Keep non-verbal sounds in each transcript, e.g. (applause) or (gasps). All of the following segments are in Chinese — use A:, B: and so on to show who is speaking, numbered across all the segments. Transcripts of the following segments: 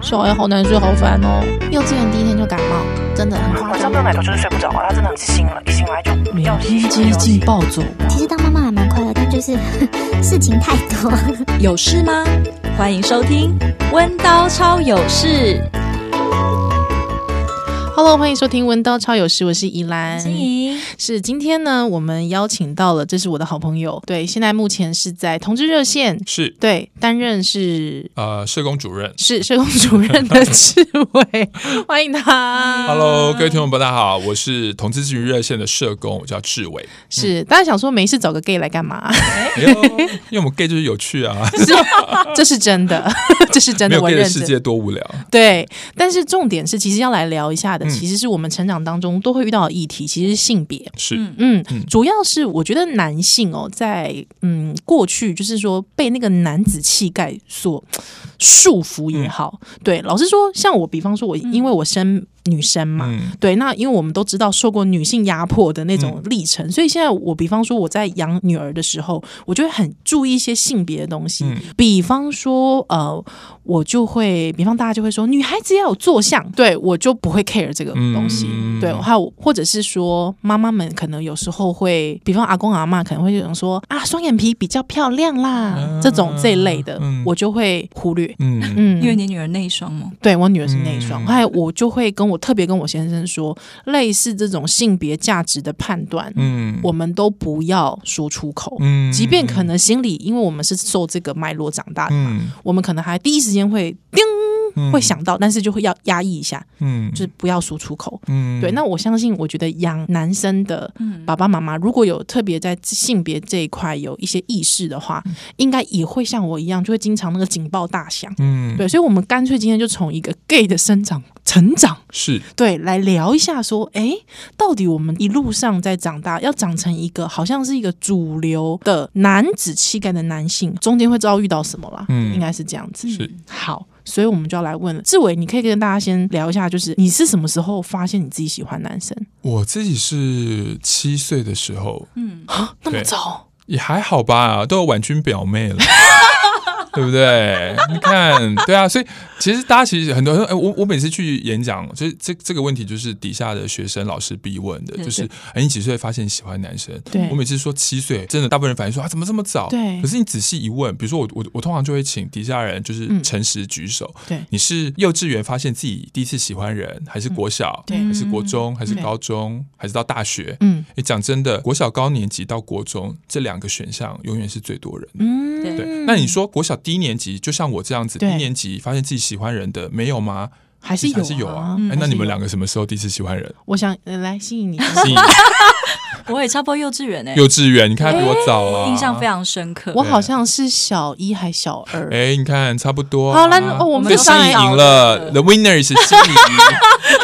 A: 小孩好难睡，好烦哦。幼稚园第一天就感冒，真的很夸
B: 晚
A: 张
B: 上没。有奶头就是睡不着啊，他真的很清醒了，一醒来就
C: 每
B: 要洗
C: 天接近暴走
D: 其实当妈妈还蛮快乐，但就是 (laughs) 事情太多。
E: 有事吗？欢迎收听《温刀超有事
A: Hello，欢迎收听《文刀超有事》，我是宜兰》，。
E: 心怡
A: 是今天呢，我们邀请到了，这是我的好朋友，对，现在目前是在同志热线，
F: 是
A: 对，担任是
F: 呃社工主任。
A: 是社工主任的志伟，欢迎他。
F: Hello，各位听众朋友，大家好，我是同志咨询热线的社工，我叫志伟。
A: 是，大家想说没事找个 gay 来干嘛？ (laughs)
F: 哎呦因为我们 gay 就是有趣啊，
A: 是，这是真的， (laughs) 这是真
F: 没
A: 的，
F: 有
A: 我
F: gay 的
A: 认
F: 世
A: 真。
F: 界多无聊。
A: 对，但是重点是，其实要来聊一下的，
F: 嗯
A: 其实是我们成长当中都会遇到的议题，其实是性别。
F: 是，
E: 嗯
A: 嗯，
F: 嗯
A: 主要是我觉得男性哦，在嗯过去就是说被那个男子气概所束缚
F: 嗯
A: 也好，对，老实说，像我，比方说我，因为我生女生嘛，
F: 嗯，
A: 对，那因为我们都知道受过女性压迫的那种历程，所以现在我比方说我在养女儿的时候，我就会很注意一些性别的东西，
F: 嗯
A: 比方说呃，我就会，比方大家就会说女孩子要有坐相，对我就不会 care 这个东西，
F: 嗯
A: 对，还有或者是说妈妈们可能有时候会，比方阿公阿妈可能会想说啊双眼皮比较漂亮啦，
F: 嗯
A: 这种这一类的，
F: 嗯
A: 我就会忽略，
F: 嗯，
A: 嗯，
E: 因为你女儿那一双吗？
A: 对我女儿是那一双，
F: 嗯
A: 还有我就会跟我特别跟我先生说，类似这种性别价值的判断，
F: 嗯，
A: 我们都不要说出口。
F: 嗯，
A: 即便可能心里，因为我们是受这个脉络长大的，
F: 嗯，
A: 我们可能还第一时间会叮
F: 嗯
A: 会，想到，但是就会要压抑一下，
F: 嗯，
A: 就是不要说出口。
F: 嗯，
A: 对，那我相信，我觉得养男生的
E: 嗯，
A: 爸爸妈妈如果有特别在性别这一块有一些意识的话，应该也会像我一样，就会经常那个警报大响。
F: 嗯，
A: 对，所以我们干脆今天就从一个 gay 的生长成长，
F: 是，
A: 对，来聊一下说，哎，到底我们一路上在长大，要长成一个好像是一个主流的男子气概的男性，中间会遭遇到什么啦？
F: 嗯
A: 应该是这样子。
F: 是
A: 好，所以我们就要来问了，志伟，你可以跟大家先聊一下，就是你是什么时候发现你自己喜欢男生？
F: 我自己是七岁的时候，
A: 啊那么
F: 对
A: 早？
F: 也还好吧，都有婉君表妹了。 (laughs) 对不对？你看，对啊，所以其实大家其实很多人说，哎，我我每次去演讲，就是这这个问题，就是底下的学生老师必问的，
E: 对
F: 就是
E: 对
F: 哎，你几岁发现喜欢男生？
A: 对
F: 我每次说七岁，真的大部分人反映说啊，怎么这么早？
A: 对
F: 可是你仔细一问，比如说我我我通常就会请底下人就是
A: 嗯
F: 诚实举手，
A: 对
F: 你是幼稚园发现自己第一次喜欢人，还是国小？
A: 嗯对
F: 还是国中？还是
A: 对
F: 高中？还是到大学？
A: 嗯
F: 你讲真的，国小高年级到国中这两个选项永远是最多人的。
A: 嗯，
E: 对
F: 对，那你说国小低年级，就像我这样子，低
A: 对
F: 年级发现自己喜欢人的没有吗？
A: 还是
F: 其
A: 有、
F: 实还是有啊。
A: 嗯
F: 哎，那你们，
A: 还是有
F: 两个什么时候第一次喜
A: (laughs)
F: 欢人？
A: 我想呃来吸
F: (laughs)
A: 引你。
F: 你
E: 我也差不多幼稚园哎、
F: 幼稚园，你看比我早啊，
E: 印象非。常深刻。
A: 我好像是小一还小二，
F: 哎，你看差不多啊。
A: 好那哦我们
F: 你
A: 都
F: 的心
A: 上来
F: 仪
A: 熬
F: 赢了，The winner 是 (laughs) 心仪。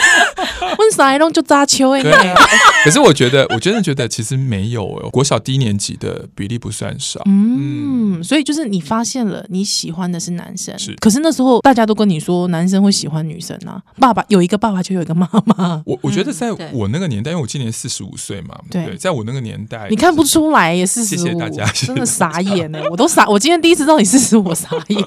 A: 问啥弄就扎秋哎，
F: 对啊，可是我觉得，我真的觉得其实没有哦，国小低年级的比例不算少。
A: 嗯，所以就是你发现了你喜欢的是男生，
F: 是
A: 可是那时候大家都跟你说男生会喜欢女生啊，爸爸有一个爸爸就有一个妈妈，
F: 我我觉得在
E: 对
F: 我那个年代，因为我今年四十五岁嘛，
A: 嗯对
F: 对，在我那个年代，
A: 你看不出来耶，四十
F: 哎谢
A: 五，
F: 谢大家
A: 真的傻眼呢、我都傻，我今天第一次知道你四十五，傻
F: (laughs)
A: 眼，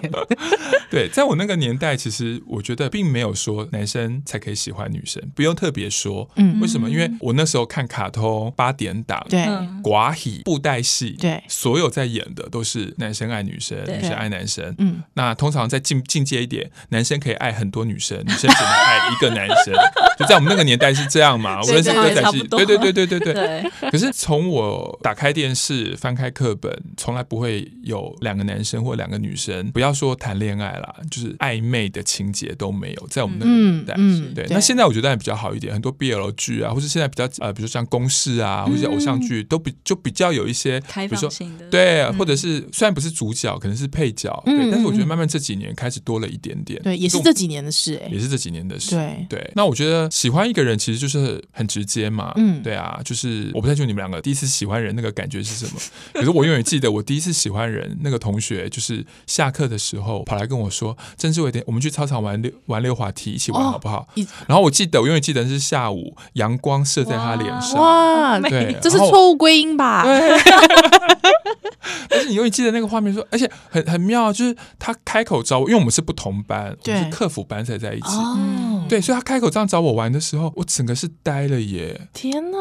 F: 对，在我那个年代，其实我觉得并没有说男生才可以喜欢女生，不用特别说。
A: 嗯
F: 为什么？因为我那时候看卡通八点档，
A: 对，
E: 嗯，
F: 寡喜布袋戏，
A: 对
F: 所有在演的都是男生爱女生，
E: 对
F: 女生爱男生。
A: 嗯，
F: 那通常再进进阶一点，男生可以爱很多女生，女生只能爱一个男生。就在我们那个年代是这样嘛，无论是歌
E: 对
F: 仔
E: 差
F: 戏
E: 不，多
F: 对对对对对对。
E: 对，
A: (laughs)
F: 可是从我打开电视、翻开课本，从来不会有两个男生或两个女生，不要说谈恋爱啦，就是暧昧的情节都没有，在我们那个
A: 嗯
F: 年代。
A: 嗯
F: 对，
A: 对
F: 那现在我觉得还比较好一点，很多 BL 剧啊，或是现在比较呃，比如说像公式啊，或者偶像剧，都比就比较有一些，
E: 开
F: 比如
E: 放
F: 说
A: 嗯
E: 性的，
F: 对，或者是虽然不是主角，可能是配角，
A: 嗯
F: 对，但是我
A: 嗯
F: 觉得
A: 嗯
F: 慢慢这几年开始多了一点点，
A: 对，也是
F: 就
A: 这几年的事哎、
F: 也是这几年的事。
A: 对，
F: 对，那我觉得喜欢一个人其实就是很直接嘛，
A: 嗯
F: 对啊，就是我不太清楚你们两个第一次喜欢人那个感觉是什么，可是我永远记得我第一次喜欢人那个同学，就是下课的时候跑来跟我说：“郑志伟，等我们去操场玩溜玩溜滑梯，一起玩
A: 哦
F: 好不好？”
A: 一
F: 然后我记得我永远记得是下午阳光射在他脸上，
A: 哇，
F: 啊对，
A: 这是
F: 然后
A: 错误归因吧？
F: 而且你永远记得那个画面说，而且很很妙，啊就是他开口找我，因为我们是不同班，我
A: 对
F: 们是客服班才在一起。
A: 哦，
F: 对，所以他开口这样找我玩的时候，我整个是呆了耶。
A: 天哪！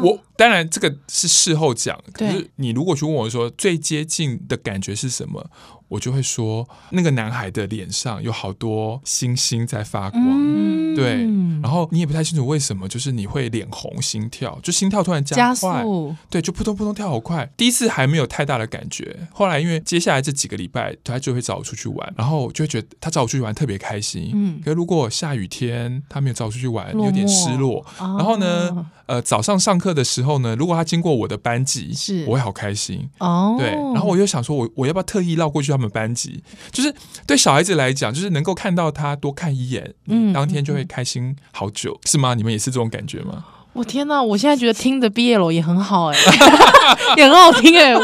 F: 我当然这个是事后讲，可
A: 嗯对
F: 是你如果去问我说最接近的感觉是什么，我就会说那个男孩的脸上有好多星星在发光。
A: 嗯
F: 对，然后你也不太清楚为什么，就是你会脸红、心跳，就心跳突然
A: 加
F: 快，
A: 速，
F: 对，就扑通扑通跳好快。第一次还没有太大的感觉，后来因为接下来这几个礼拜，他就会找我出去玩，然后我就会觉得他找我出去玩特别开心。
A: 嗯
F: 可是如果下雨天他没有找我出去玩，
A: 落寞
F: 有点失落。然后
A: 哦
F: 呢，呃，早上上课的时候呢，如果他经过我的班级，
A: 是
F: 我会好开心。
A: 哦，
F: 对，然后我又想说我，我要不要特意绕过去他们班级？就是对小孩子来讲，就是能够看到他多看一眼，
A: 嗯
F: 嗯，当天就会开心好久，是吗？你们也是这种感觉吗？
A: 我天哪！我现在觉得听的 BL 也很好哎、 (laughs) 也很好听哎、我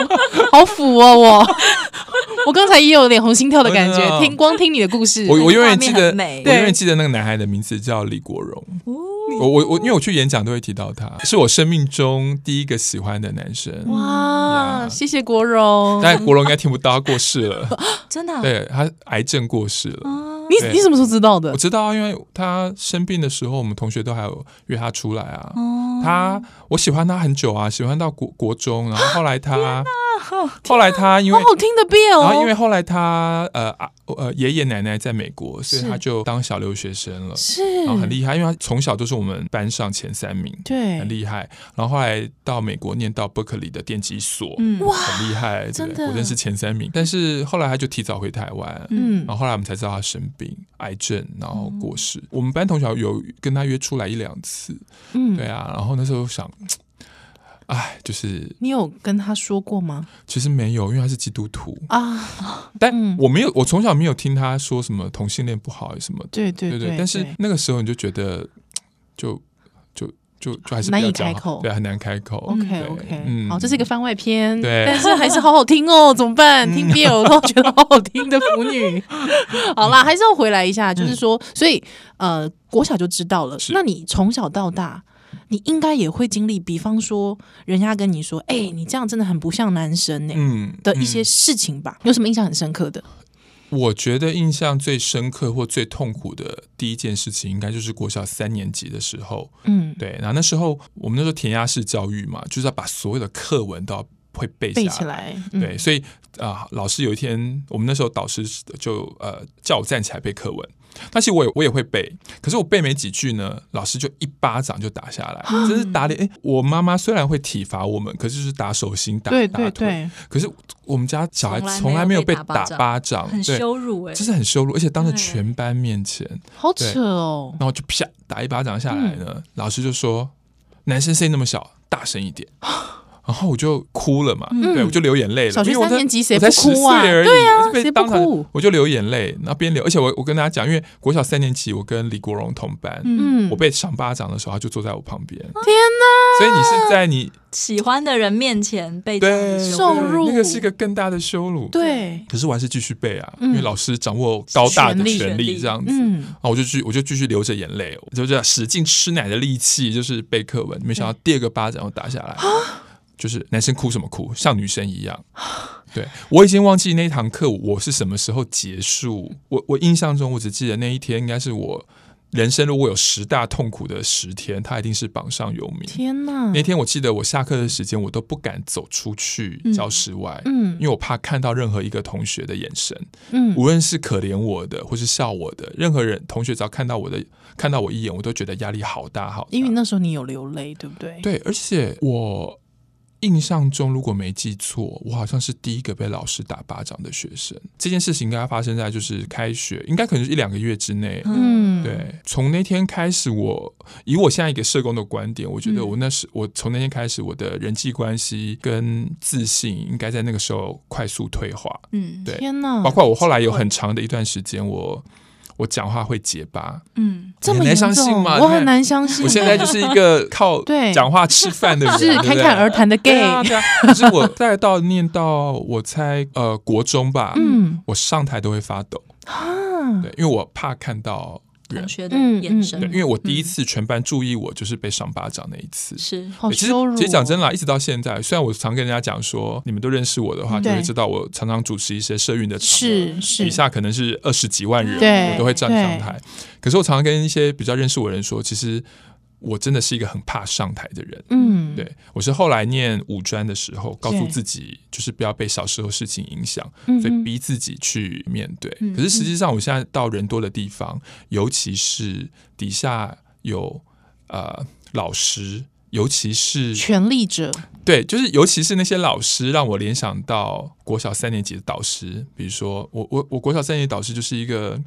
A: 好腐哦我。我刚才也有脸红心跳的感
F: 我知道
A: (laughs) 觉，听光听你的故事，
F: 我我永
E: 画
F: 远
E: 面
F: 记得，
E: 很美
F: 我永远记得那个男孩的名字叫李国荣。我我我，因为我去演讲都会提到他，是我生命中第一个喜欢的男生。
A: 哇，
F: 呀
A: 谢谢国荣。
F: 但国荣应该听不到，他过世了。
E: 真的啊
F: 对他癌症过世了，
A: 你
F: 对
A: 你什么时候知道的
F: 我？知道啊，因为他生病的时候，我们同学都还有约他出来啊。
A: 哦
F: 他我喜欢他很久啊，喜欢到国国中，然后后来他，后来他因
A: 好
F: 为
A: 好听的 BL
F: 然后因为
A: 哦，
F: 后来他呃啊呃爷爷奶奶在美国，所以
A: 是
F: 他就当小留学生了，
A: 是
F: 然后哦很厉害，因为他从小都是我们班上前三名，
A: 对
F: 很厉害。然后后来到美国念到伯克利的电机所，
E: 嗯哇，
F: 很厉害，对
A: 真
F: 不
A: 的
F: 对？果真是前三名。但是后来他就提早回台湾，
A: 嗯
F: 然后后来我们才知道他生病、癌症，然后过世。我们班同学有跟他约出来一两次，
A: 嗯，
F: 对啊。然后那时候想，哎，就是
A: 你有跟他说过吗？
F: 其实没有，因为他是基督徒，
A: 啊，
F: 但我没有，我从小没有听他说什么同性恋不好什么的，
A: 对对
F: 对
A: 对，
F: 但是那个时候你就觉得，就就就就还是
A: 难以
F: 不要讲
A: 开
F: 好
A: 口
F: 对，很难开口。
A: OK
F: 对
A: OK，
F: 嗯
A: 好，这是一个番外篇，
F: 对
A: 但是还是好好听
F: (laughs)
A: 哦，怎么办？听 BL 都觉得好好听的腐女，好
F: 嗯
A: 啦，还是要回来一下，就是说，所以呃，国小就知道了，
F: 是
A: 那你从小到大。你应该也会经历，比方说，人家跟你说：“哎、你这样真的很不像男生呢、
F: 嗯
A: 的一些
F: 嗯
A: 事情吧？有什么印象很深刻的？
F: 我觉得印象最深刻或最痛苦的第一件事情，应该就是国小三年级的时候，
A: 嗯，
F: 对，然后那时候我们那时候填鸭式教育嘛，就是要把所有的课文都要会背下
A: 背
F: 来。
A: 起来，嗯、
F: 对，所以啊、老师有一天，我们那时候导师就呃叫我站起来背课文，但其实我也我也会背，可是我背没几句呢，老师就一巴掌就打下来，
A: 啊
F: 真是打脸。哎、我妈妈虽然会体罚我们，可是就是打手心打
A: 对
F: 打
A: 对
F: 腿，
A: 对，
F: 可是我们家小孩
E: 从来没
F: 从来
E: 有
F: 没有
E: 被
F: 被
E: 打巴
F: 打
E: 掌
F: 巴掌，
E: 很
F: 对
E: 羞辱哎，
F: 这是很羞辱，而且当着全班面前，
A: 好扯哦
F: 然，后就啪打一巴掌下来
A: 嗯
F: 呢，老师就说：“男生声音那么小，大声一点。” (gasps) 然后我就哭了嘛，对，我就流眼泪了。
A: 嗯小学
F: 因为我
A: 三
F: 才
A: 年级谁
F: 我才
A: 不哭啊
F: 10岁而已
A: 对啊
F: 我就被
A: 谁不
F: 当场
A: 哭
F: 我就流眼泪，然后边流，而且我我跟大家讲，因为国小三年级，我跟李国荣同班，
A: 嗯
F: 我，被赏巴掌的时候，他就坐在我旁边，
A: 天哪，
F: 所以你是在你
E: 喜欢的人面前被这样
F: 对
E: 子羞
A: 受
E: 辱
A: 辱
F: 那个是一个更大的羞辱。，
A: 对，
F: 可是我还是继续背啊，
A: 嗯
F: 因为老师掌握高大的
A: 权力
F: 权力，这样子。
A: 嗯。
F: 然啊后我就继我就继续流着眼泪，我就这样使劲吃奶的力气，就是背课文。没想到第二个巴掌又打下来，
A: 啊
F: 就是 (gasps) 男生哭什么哭，像女生一样。对我已经忘记那一堂课我是什么时候结束，我我印象中我只记得那一天应该是我人生如果有十大痛苦的十天，它一定是榜上有名。
A: 天呐！
F: 那天我记得我下课的时间，我都不敢走出去教室外，
A: 嗯
F: 因为我怕看到任何一个同学的眼神，
A: 嗯
F: 无论是可怜我的，或是笑我的，任何人同学只要看到我的，看到我一眼，我都觉得压力好大好大。
A: 因为那时候你有流泪，对不对？，
F: 对，而且我印象中，如果没记错，我好像是第一个被老师打巴掌的学生。这件事情应该发生在就是开学，应该可能是一两个月之内。
A: 嗯，
F: 对，从那天开始我，以我现在一个社工的观点，我觉
A: 嗯
F: 得我那时、我从那天开始，我的人际关系跟自信应该在那个时候快速退化。
E: 嗯
F: 对
A: 天呐！
F: 包括我后来有很长的一段时间，我我讲话会结巴，
E: 嗯，
A: 这么
F: 你很
A: 严
F: 难
A: 重
F: 相信吗？
A: 我
F: 你看
A: 很。难相信。
F: 我现在就是一个
A: (laughs)
F: 靠
A: 对
F: 讲话吃饭的人，
A: 是
F: 对不对
A: 侃侃而谈的 gay，
F: 对啊对啊。可是我再到念到我猜呃国中吧，
A: 嗯
F: 我上台都会发抖，
A: 啊，
F: 对，因为我怕看到远
E: 同。学的
A: 嗯
E: 眼神，
A: 嗯
F: 对，因为我第一次全班注意我就是被赏巴掌那一次。
E: 是
A: 好
F: 对其实
A: 羞辱哦。
F: 其实讲真啦，一直到现在，虽然我常跟人家讲说，你们都认识我的话，
A: 嗯
F: 就会
A: 对
F: 知道我常常主持一些社运的场合
A: 是是
F: 以下可能是二十几万人，
A: 对
F: 我都会站上台。可是我常常跟一些比较认识我的人说，其实我真的是一个很怕上台的人。
A: 嗯，
F: 对我是后来念五专的时候，告诉
A: 对
F: 自己就是不要被小时候事情影响，
A: 嗯哼
F: 所以逼自己去面对。
E: 嗯
F: 可是实际上，我现在到人多的地方，尤其是底下有呃老师，尤其是
A: 权力者，
F: 对，就是尤其是那些老师，让我联想到国小三年级的导师，比如说我我我国小三年级导师就是一个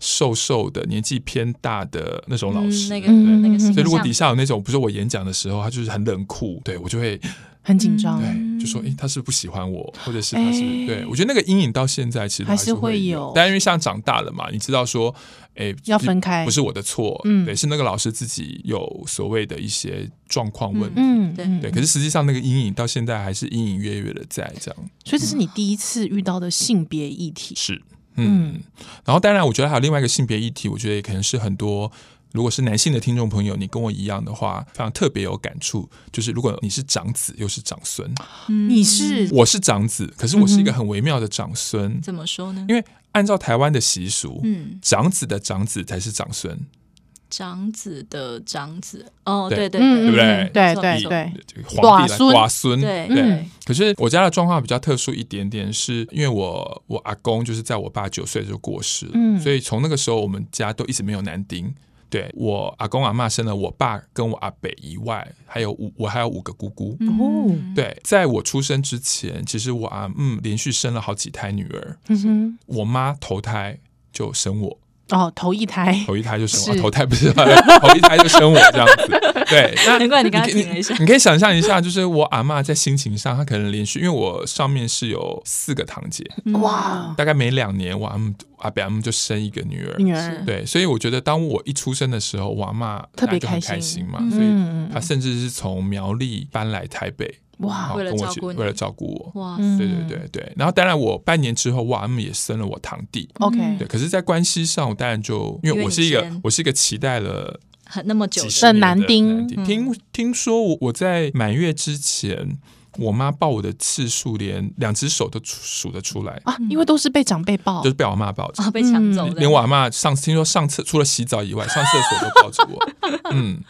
F: 瘦瘦的、年纪偏大的那种老
E: 嗯、
F: 师，
E: 那个
A: 嗯
E: 那个形象，
F: 所以如果底下有那种，比如说我演讲的时候，他就是很冷酷，对我就会
A: 很紧张，
F: 嗯对，就说诶，他是不是不喜欢我，或者是他是、
A: 哎
F: 对我觉得那个阴影到现在其实都
A: 还是
F: 是
A: 会有
F: 有，但因为像长大了嘛，你知道说，诶，
A: 要分开
F: 不是我的错，
A: 嗯
F: 对，是那个老师自己有所谓的一些状况问题。
A: 嗯，
E: 对
A: 嗯
F: 对，可是实际上那个阴影到现在还是隐隐约约的在这样。
A: 所以这是你第一次遇到的性别议题，
F: 是，嗯。然后当然，我觉得还有另外一个性别议题，我觉得也可能是很多。如果是男性的听众朋友，你跟我一样的话，非常特别有感触，就是如果你是长子又是长孙，
E: 嗯
A: 你是
F: 我是长子，可是我是一个很微妙的长孙，
E: 怎么说呢？
F: 因为按照台湾的习俗，
E: 嗯，
F: 长子的长子才是长孙，
E: 长子的长子，哦，对
F: 对
E: 对
A: 嗯
F: 对
E: 对
F: 不对
A: 嗯对
E: 错
A: 对
E: 错
A: 对，
F: 这个皇
A: 寡
F: 帝来
A: 孙
F: 寡孙，
E: 对
F: 对。
A: 嗯
F: 可是我家的状况比较特殊一点点，是因为我我阿公就是在我爸九岁就过世了，
A: 嗯
F: 所以从那个时候我们家都一直没有男丁。对我阿公阿嬷生了我爸跟我阿北以外，还有五我还有五个姑姑。
A: 哦，
F: 对，在我出生之前，其实我阿嗯连续生了好几胎女儿，
A: 嗯
F: 我妈头胎就生我，
A: 哼，哦，头一胎，
F: 头一胎就生我，啊
A: 是
F: 头胎不是 (laughs) 头一胎就生我这样子。对，那
E: 难怪你刚刚
F: 你
E: 停了一下
F: 你你可以想象一下， (laughs) 就是我阿嬷在心情上，她可能连续，因为我上面是有四个堂姐，
E: 嗯
A: 哇，
F: 大概每两年我阿姆阿表阿姆就生一个女儿。
A: 女儿，
F: 对，所以我觉得当我一出生的时候，我阿嬷
A: 特别
F: 当然就
A: 开
F: 很开
A: 心
F: 心嘛，
E: 嗯
F: 所以
A: 嗯
F: 她甚至是从苗栗搬来台北，然后
A: 哇，
E: 啊为了
F: 跟我
E: 照
F: 去
E: 顾你
F: 为了照顾我。
E: 哇，
A: 嗯
F: 对对对对，然后当然我半年之后，我阿姆也生了我堂弟。
A: ，OK，
F: 对，可是，在关系上，我当然就
E: 嗯因
F: 因
E: 为
F: 为我
E: 你
F: 是一个
E: 先
F: 我是一个期待了
E: 很那么久
F: 几
E: 的
F: 十年的
A: 男丁嗯
F: 男听听说我我在满月之前，我妈抱我的次数连两只手都数数得出来，
A: 啊，因为都是被长辈抱
F: 就是，被我妈抱着。
E: 啊，被
A: 嗯
E: 抢走的，
F: 连我阿妈上听说上厕除了洗澡以外，上厕所都抱着 (laughs) 我。嗯，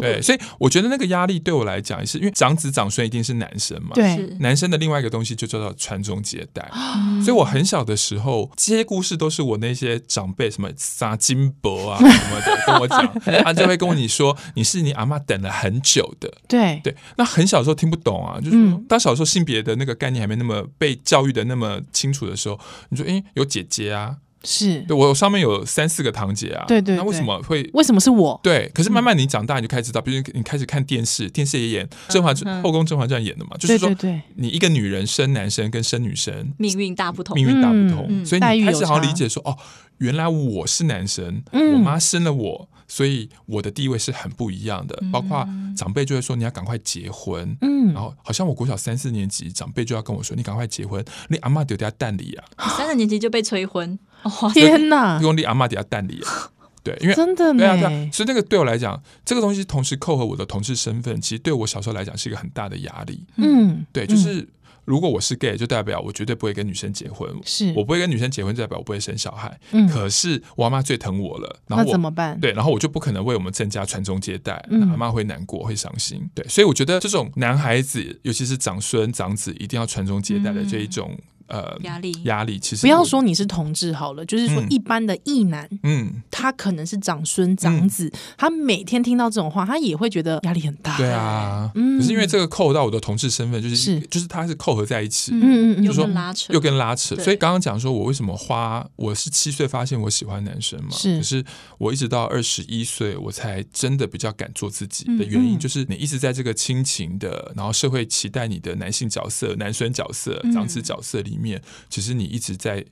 F: 对，所以我觉得那个压力对我来讲，也是因为长子长孙一定是男生嘛，
A: 对，
E: 是
F: 男生的另外一个东西就叫做传宗接代，
A: 嗯
F: 所以我很小的时候，这些故事都是我那些长辈什么撒金箔啊什么的跟我
A: (laughs)
F: 讲，他就会跟你说你是你阿妈等了很久的，
A: 对，
F: 对，那很小的时候听不懂啊，就是说
A: 嗯
F: 当小的时候性别的那个概念还没那么被教育的那么清楚的时候，你说诶有姐姐啊，
A: 是，
F: 对我上面有三四个堂姐啊，
A: 对对
F: 那为
A: 对
F: 什么会
A: 为什么是我？
F: 对，可是慢慢你长大，你就开始知道，比如你开始看电视，电视也演《甄嬛传》，后宫《甄嬛传》演的嘛，就
A: 嗯
F: 是
A: 对
F: 说
A: 对对，
F: 你一个女人生男生跟生女生
E: 命运大不同，
F: 命运大不同，
E: 嗯
F: 所
A: 哦
F: 以
A: 待遇
F: 你开始
A: 有
F: 好像
A: 差
F: 理解说，哦，原来我是男生，
A: 嗯
F: 我妈生了我，所以我的地位是很不一样的。包括长辈就会说你要赶快结婚。
A: 嗯
F: 然，后好像我国小三四年级，长辈就要跟我说：“你赶快结婚，你阿妈丢掉蛋里啊，
E: 三十年级就被催婚，哇，
A: 天哪，
F: 用你阿妈丢掉蛋里
A: (laughs)
F: 啊。”对，因为
A: 真的
F: 对啊，对啊
A: 呢，，
F: 所以那个对我来讲，这个东西同时扣合我的同事身份，其实对我小时候来讲是一个很大的压力。
A: 嗯，
F: 对，就是如果我是 gay，就代表我绝对不会跟女生结婚，
A: 是，
F: 我不会跟女生结婚，就代表我不会生小孩。
A: 嗯
F: 可是我阿妈最疼我了，然
A: 那
F: 后我
A: 怎么办？
F: 对，然后我就不可能为我们郑家传宗接代，
A: 嗯
F: 那阿妈会难过，会伤心。对，所以我觉得这种男孩子，尤其是长孙长子，一定要传宗接代的这一种、呃
E: 压力
F: 压力，其实
A: 嗯不
F: 我
A: 要，说你是同志好了，就是说
F: 嗯
A: 一般的异男，
F: 嗯，
A: 他可能是长孙长子，他每天听到这种话，他也会觉得压力很大。
F: 对，啊，
A: 嗯
F: 可是因为这个扣到我的同事身份，就是
A: 是
F: 就是它是扣合在一起。
A: 嗯嗯嗯
E: 又
F: 就说
E: 跟拉扯，
F: 又跟拉扯，
E: 对
F: 所以刚刚讲说我为什么花，我是七岁发现我喜欢男生嘛，
A: 是
F: 可是我一直到二十一岁我才真的比较敢做自己的原
A: 嗯
F: 因，就是你一直在这个亲情的，然后社会期待你的男性角色、
A: 嗯
F: 男生角色、长子角色里面，其实你一直在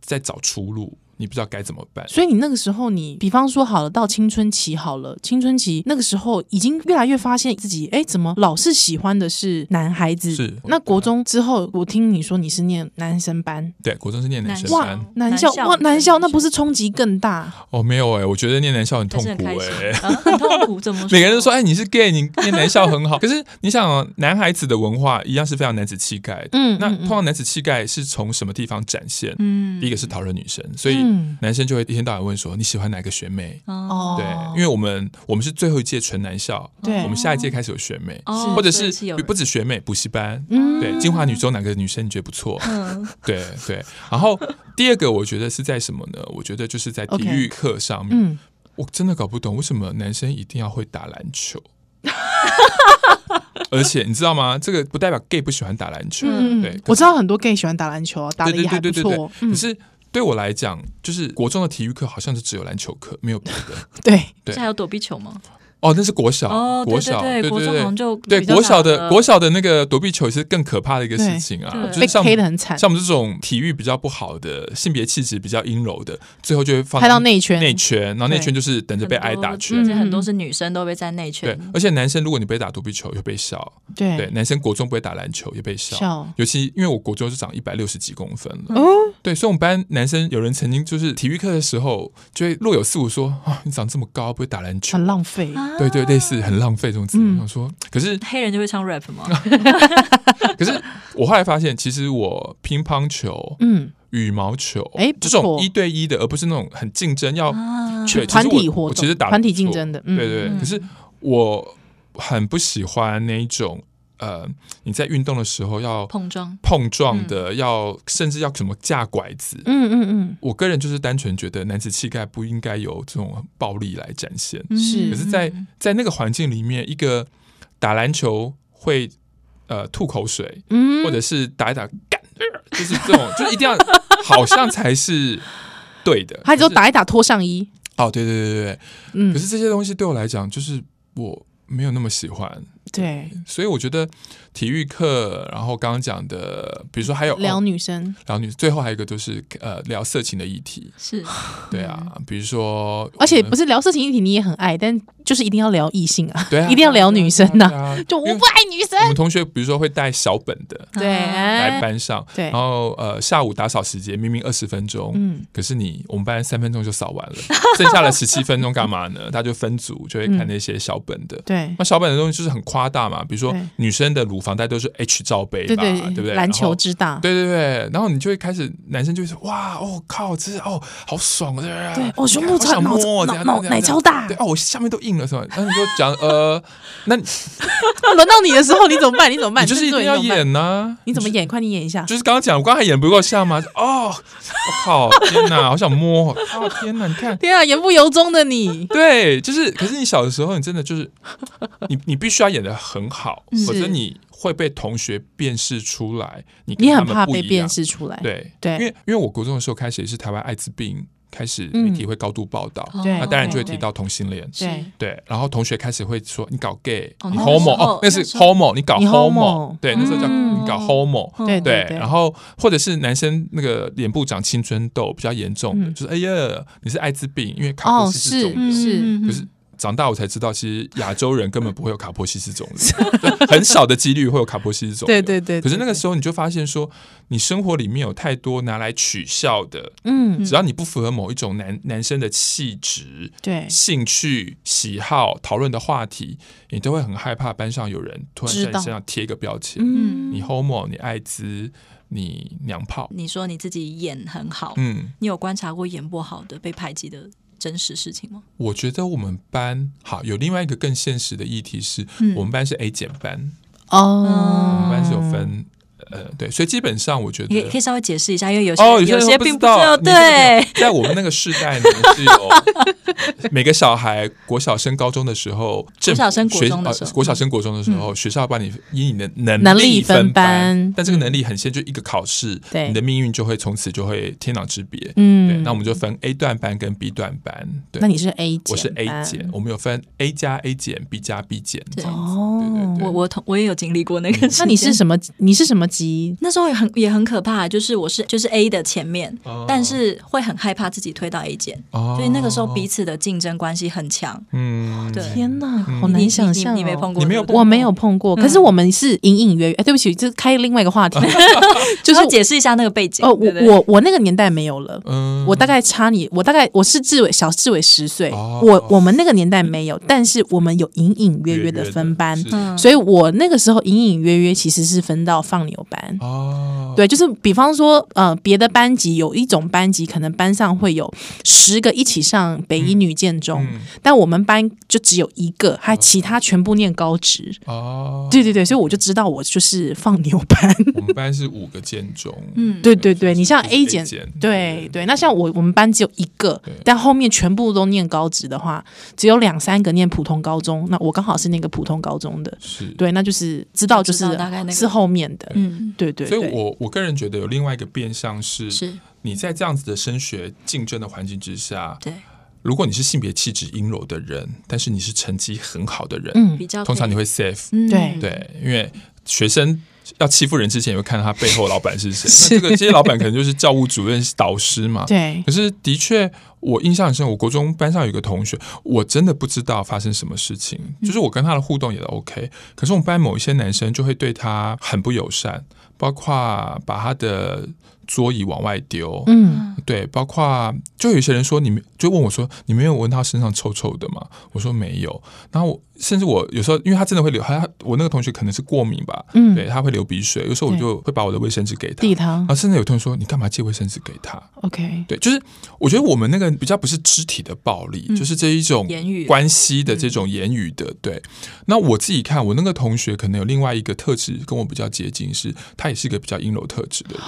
F: 在找出路，你不知道该怎么办。
A: 所以你那个时候你，比方说好了，到青春期好了，青春期那个时候已经越来越发现自己，哎，怎么老是喜欢的是男孩子？
F: 是
A: 那国中之后，我听你说你是念男生班，
F: 对，国中是念男生
E: 男
A: 哇
F: 班，
A: 男
E: 男
A: 校
E: 校
A: 哇，男校那
E: 男校
A: 不是冲击更大？
F: 哦，没有哎、我觉得念男校很
E: 但
F: 痛
E: 是很
F: 苦
E: 开
F: 哎、
E: 心，啊很痛苦，怎么说？
F: (laughs) 每个人都说：“哎，你是 gay，你念男校
A: (laughs)
F: 很好。”可是你想哦，男孩子的文化一样是非常男子气概的。
A: 嗯
F: 那
A: 嗯嗯
F: 通常男子气概是从什么地方展现？
E: 嗯，
F: 第一个是讨论女生，所以
A: 嗯
F: 男生就会一天到晚问说：“你喜欢哪个学妹？”
E: 哦
A: 哦，
F: 对，因为我们我们是最后一届纯男校，
A: 对嗯
F: 我们下一届开始有学妹，
E: 哦
F: 或者
E: 所以
F: 是
E: 是有人
F: 不止学妹，补习班。
A: 嗯
F: 对，金华女中哪个女生你觉得不错？
E: 嗯，
F: 对对。然后第二个，我觉得是在什么呢？我觉得就是在体育课上面
A: 嗯，
F: 我真的搞不懂为什么男生一定要会打篮
A: (laughs)
F: 球。而且你知道吗？这个不代表 gay 不喜欢打篮球，
A: 嗯嗯
F: 对
A: 嗯，我知道很多 gay 喜欢打篮球啊，打的
F: 对
A: 也
F: 对
A: 还
F: 对
A: 不
F: 对对对
A: 错。。嗯
F: 可，是对我来讲，就是国中的体育课好像就只有篮球课，没有别
A: (laughs)
F: 的。
A: 对，
F: 对
E: 这还有躲避球吗？
F: 哦，那是国小，
E: 哦，
F: 国小，
E: 对
F: 对
E: 国中好像就
F: 对
E: 比较
F: 国小
E: 难
F: 的
E: 了
F: 国小的那个躲避球也是更可怕的一个事
A: 对
F: 情啊，
E: 对
F: 就是
A: 被
F: 像
A: 黑的很惨，
F: 像我们这种体育比较不好的、性别气质比较阴柔的，最后就会放
A: 拍到内圈，
F: 内圈，然后内
A: 对
F: 圈就是等着被挨打
E: 而
F: 圈。
E: 且很
A: 嗯
E: 多是女生都被在内
F: 对
E: 圈，，
F: 而且男生如果你被打躲避球也被笑，对，
A: 对，
F: 男生国中不会打篮球也被笑。
A: 笑
F: 尤其因为我国中是长一百六十几公分了，
A: 哦，
F: 对，所以我们班男生有人曾经就是体育课的时候，就会若有似无说啊，你长这么高不会打篮球
A: 很，浪费。
E: 啊
F: 对对，类似很浪费这种字。
A: 嗯
F: 我想说，可是
E: 黑人就会唱 rap
F: (laughs)
E: 吗？
F: 可是我后来发现，其实我乒乓球、
A: 嗯，
F: 羽毛球，
A: 哎
F: 这
A: 不错
F: 种一对一的，而不是那种很竞争要
E: 啊，
F: 对
A: 团
F: 其实
A: 体
F: 我
A: 活
F: 我
A: 动
F: 其实打得
A: 团体
F: 不错
A: 竞争的嗯
F: 对对对。
E: 嗯
F: 可是我很不喜欢那一种呃，你在运动的时候要
E: 碰撞，
F: 碰撞的，要甚至要什么架拐子。
A: 嗯嗯
F: 我个人就是单纯觉得男子气概不应该由这种暴力来展现。
A: 是
E: 嗯
F: 可是在，
A: 嗯
F: 在那个环境里面，一个打篮球会呃吐口水，
A: 嗯，
F: 或者是打一打干，呃就是
A: (laughs)
F: 这种，就一定要好像才是对的。
A: (laughs) 他只有
F: 可是
A: 打一打脱上衣，
F: 哦，对对对对对。
A: 嗯
F: 可，是这些东西对我来讲，就是我没有那么喜欢，
A: 对，
F: 所以我觉得体育课，然后刚刚讲的，比如说还有
A: 聊
F: 哦
A: 女生，
F: 聊女，最后还有一个就是呃聊色情的议题，
E: 是
F: 对啊，比如说，
A: 嗯而且
F: 我们
A: 不是聊色情议题你也很爱，但就是一定要聊异性
F: (laughs)
A: 啊，
F: 对啊，
A: 一定要聊女生
F: 对
A: 呐，
F: 啊，
A: 就
F: 因
A: 我
F: 为
A: 不爱女生
F: 我，们同学比如说会带小本的
A: (laughs) 对，
F: 啊来
A: 哎
F: 班上，
A: 对
F: 然，后呃下午打扫时间明明二十分钟，
A: 嗯，
F: 可是你我们班三分钟就扫完了，剩下的十七分钟干嘛呢？他就分组，就会看那些小本的。
A: 对，
F: 那小本的东西就是很夸大嘛，比如说
A: 对
F: 女生的乳房带都是 H 罩杯
A: 对
F: 吧，对不对？
A: 篮球
F: 然后
A: 之大，
F: 对对对，然后你就会开始，男生就会说哇，哦靠，这是哦好爽啊！
A: 对
F: 对，
A: 哦胸部
F: 好
A: 超
F: 想
A: 脑
F: 摸哦，这
A: 脑
F: 样
A: 脑
F: 这样
A: 奶
F: 这样
A: 超大
F: 对，哦我下面都硬了是吧？那你就讲呃，那你
A: (laughs) 轮到你的时候你怎么办？你怎么办？
F: 你就是一定要演呐，
A: 你怎么演？快啊你演一下，
F: 就是刚刚讲，我刚才演不够像吗？哦，我靠，天哪，好想摸，哦天哪，你看。
A: 天啊，言不由衷的你，
F: 对，就是，可是你小的时候，你真的就是，你你必须要演的很好，
A: 嗯
F: 否则你会被同学辨识出来，你跟
A: 你
F: 他
A: 很
F: 们
A: 怕
F: 不
A: 被
F: 一
A: 辨
F: 样。
A: 识出来，
F: 对
A: 对
F: 因为因为我国中的时候开始也是台湾艾滋病开始
A: 嗯
F: 媒体会高度报道，
A: 对
E: 哦
F: 那当然就会
A: 对
F: 提到同性恋。
A: 对
F: 对，然后同学开始会说你搞 gay，、
E: 哦
F: 你
E: 那个时
F: homo，
E: 候
F: 哦，那是
E: 那时候
F: homo，你搞
A: 你
F: homo，
A: homo
F: 对，那时候叫
A: 嗯
F: 你搞 homo，
A: 对
F: 对，
A: 对，
F: 然后或者是男生那个脸部长青春痘比较严重的，
A: 嗯
F: 就是哎呀，你是艾滋病，因为卡
A: 哦
F: 洛斯
A: 是嗯
F: 肿瘤。
A: 是
E: 嗯
F: 可是长大我才知道，其实亚洲人根本不会有卡波西氏肿瘤，
A: (laughs)
F: 对很少的几率会有卡波西氏肿瘤。
A: 对对对，
F: 可是那个时候你就发现说，你生活里面有太多拿来取笑的，
A: 嗯，
F: 只要你不符合某一种男男生的气质、
A: 对，
F: 兴趣、喜好、讨论的话题，你都会很害怕班上有人突然在
A: 知
F: 你
A: 道
F: 身上贴一个标签，
A: 嗯
F: 你 homo，你艾滋，你娘炮。
E: 你说你自己演很好，
F: 嗯，
E: 你有观察过演不好的被排挤的真实事情吗？
F: 我觉得我们班好有另外一个更现实的议题是，
E: 嗯
F: 我们班是 A 减班，我
A: 哦
F: 们，班是有分呃对，所以基本上我觉
E: 你可以可以
F: 得。
E: 稍微解释一下，因为有些、
F: 啊哦，
E: 有
F: 些
E: 些
F: 人
E: 并
F: 知
E: 不知道，
F: 道，
E: 对
F: 你，是有在我们那个世代呢是有
E: (laughs)
F: 每个小孩国小升高中的时候，政府
E: 小升国
F: 学
E: 中的
F: 呃
E: 时候嗯
F: 国小升国中的时候，学校帮你以你的能
A: 能力分
F: 分
A: 班
F: 但这个能力很先就一个考试，
A: 对
F: 你的命运就会从此就会天壤之别。对，
A: 嗯，
F: 那我们就分 A 段班跟 B 段班，对
A: 那，你是 A 减，
F: 我是 A 减，，我们有分 A 加 A 减、B 加 B 减这样子。
A: 哦
F: 对对对
E: 我我同我也有经历过那个事件，
A: 那你是什么？你是什么机，
E: 那时候也很也很可怕，就是我是就是 A 的前面，
F: 哦
E: 但是会很害怕自己推到 A 键，
F: 哦
E: 所以那个时候彼此的竞争关系很强。
F: 嗯，
E: 对
A: 天哪，好
E: 你
A: 难
E: 你
A: 想象、哦
E: 你你没碰过，嗯
F: 你没有
E: 对不对
A: 我没有碰过，可是我们是隐隐约约。哎，对不起，这开另外一个
E: (laughs)
A: 话题，就
E: 就是是解释一下那个背景。
A: 哦，
E: 对
A: 我
E: 不对
A: 我我那个年代没有了。
F: 嗯
A: 我大概差你，我大概我是志伟小志伟十岁，
F: 哦嗯
A: 我我们那个年代没有，但是我们有隐隐约约的分班，
F: 是
E: 嗯
A: 所以我那个时候隐隐约约其实是分到放牛班。
E: 嗯
F: 哦，
A: 对，就是比方说，呃，别的班级有一种班级，可能班上会有十个一起上北一女建中，
F: 嗯
A: 但我们班就只有一个，还其他全部念高职。
F: 哦，
A: 对对对，所以我就知道我就是放牛班。
F: 我们班是五个建中，
E: 嗯，
A: 对对对，你像
F: 就是
A: A
F: 减
A: 减，对对，那像我我们班只有一个
F: 对，
A: 但后面全部都念高职的话，只有两三个念普通高中，那我刚好是那个普通高中的，
F: 是，
A: 对，那就是知道就是
E: 我知道大概那个
A: 是后面的，
E: 嗯
A: 对对
F: 所
A: 对，
F: 以我我个人觉得有另外一个变相是，
E: 是
F: 你在这样子的升学竞争的环境之下，
E: 对，
F: 如果你是性别气质阴柔的人，但是你是成绩很好的人，
A: 嗯
E: 比较嗯
F: 通常你
E: 会
F: 会 safe，、
A: 对
F: 对，因为学生。要欺负人之前，也会看他背后老板是谁。那这个这些老板可能就是教务主任、导师嘛。
A: 对
F: 可是的确，我印象很深，我国中班上有一个同学，我真的不知道发生什么事情，
A: 嗯
F: 就是我跟他的互动也都 OK，可是我们班某一些男生就会对他很不友善，包括把他的桌椅往外丢，
A: 嗯，
F: 对，包括就有一些人说你们就问我说你没有闻他身上臭臭的吗？我说没有。啊然后我甚至我有时候因为他真的会流，他我那个同学可能是过敏吧，
A: 嗯
F: 对，他会流鼻水，有时候我
A: 对
F: 就会把我的卫生纸给他。
A: 地堂
F: 然后甚至有同学说：“你干嘛借卫生纸给他？”
A: ，OK，
F: 对，就是我觉得我们那个比较不是肢体的暴力，
E: 嗯
F: 就是这一种
E: 言语嗯
F: 关系的这种言语的。对，那我自己看，我那个同学可能有另外一个特质跟我比较接近是，他也是一个比较阴柔特质的人。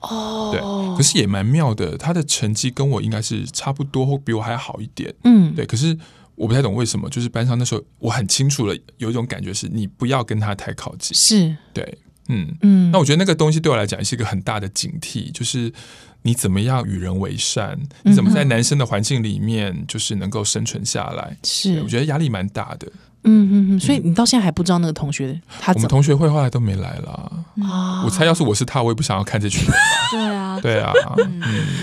E: 哦
F: 对，可是也蛮妙的，他的成绩跟我应该是差不多，或比我还好一点。
A: 嗯，
F: 对，可是我不太懂为什么，就是班上那时候我很清楚了，有一种感觉是你不要跟他太靠近。
A: 是，
F: 对，嗯。
A: 嗯
F: 那，我觉得那个东西对我来讲也是一个很大的警惕，就是你怎么样与人为善，你
A: 嗯
F: 怎么在男生的环境里面就是能够生存下来。对
A: 是
F: 我，觉得压力蛮大的。
A: 嗯嗯嗯，所以你到现在还不知道那个同学他
F: 我
A: 怎
F: 们
A: 么
F: 同学会后来都没来啦。
A: 啊
F: 我猜要是我是他，我也不想要看这群
A: (laughs)
F: 人。
E: 对啊，
F: 对啊，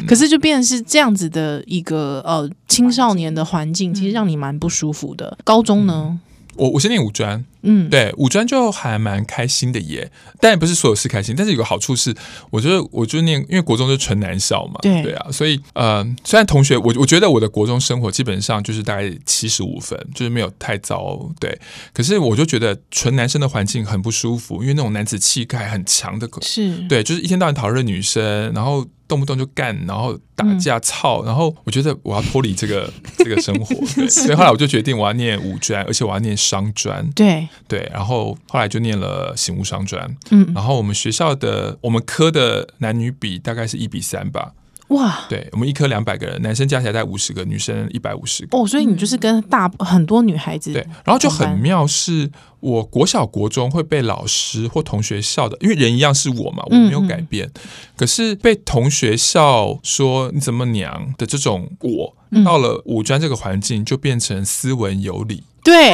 A: 可是就变成是这样子的一个呃青少年的环境，其实让你蛮不舒服的。高中呢，
F: 我我是念五专，
A: 嗯，
F: 对，五专就还蛮开心的耶，但不是所有事开心，但是有个好处是，我觉得我就念，因为国中就是纯男校嘛，
A: 对
F: 啊，所以呃，虽然同学，我我觉得我的国中生活基本上就是大概七十五分，就是没有太糟，对，可是我就觉得纯男生的环境很不舒服，因为那种男子气概很强的，
A: 是，
F: 对，就是一天到晚讨论女生，然后动不动就干，然后打
A: (laughs)
F: 架、操，然后我觉得我要脱离这个这个生活，对，所以后来我就决定我要念五专，而且我要念商专，
A: 对，
F: 对，然后后来就念了醒悟商专，
A: 嗯，
F: 然后我们学校的我们科的男女比大概是一比三吧，
A: 哇，
F: 对我们一科两百个人，男生加起来在五十个，女生一百五十个，
A: 哦，所以你就是跟大很多女孩子
F: 对，然后就
A: 同
F: 很
A: 班
F: 妙是，我国小国中会被老师或同学笑的，因为人一样是我嘛，我
A: 嗯
F: 没有改变，可是被同学笑说你怎么娘的这种我。
A: 嗯
F: 到了五专这个环境，就变成斯文有礼，
A: 对，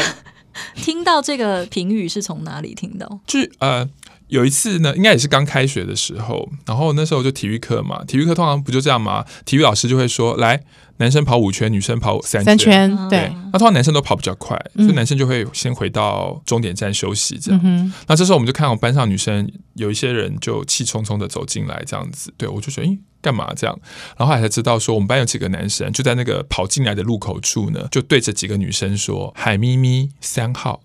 E: 听到这个评语是从哪里听到？
F: 就是呃，有一次呢，应该也是刚开学的时候，然后那时候就体育课嘛，体育课通常不就这样嘛，体育老师就会说，来，男生跑五圈，女生跑三
A: 三圈，
F: 对
A: 对，，
F: 那通常男生都跑比较快，
A: 嗯
F: 所以男生就会先回到终点站休息这样
A: 嗯。哼，
F: 那这时候我们就看到班上女生有一些人就气冲冲的走进来，这样子，对我就觉得，咦，干嘛这样？然后后来才知道说，我们班有几个男生就在那个跑进来的路口处呢，就对着几个女生说：“海咪咪三号，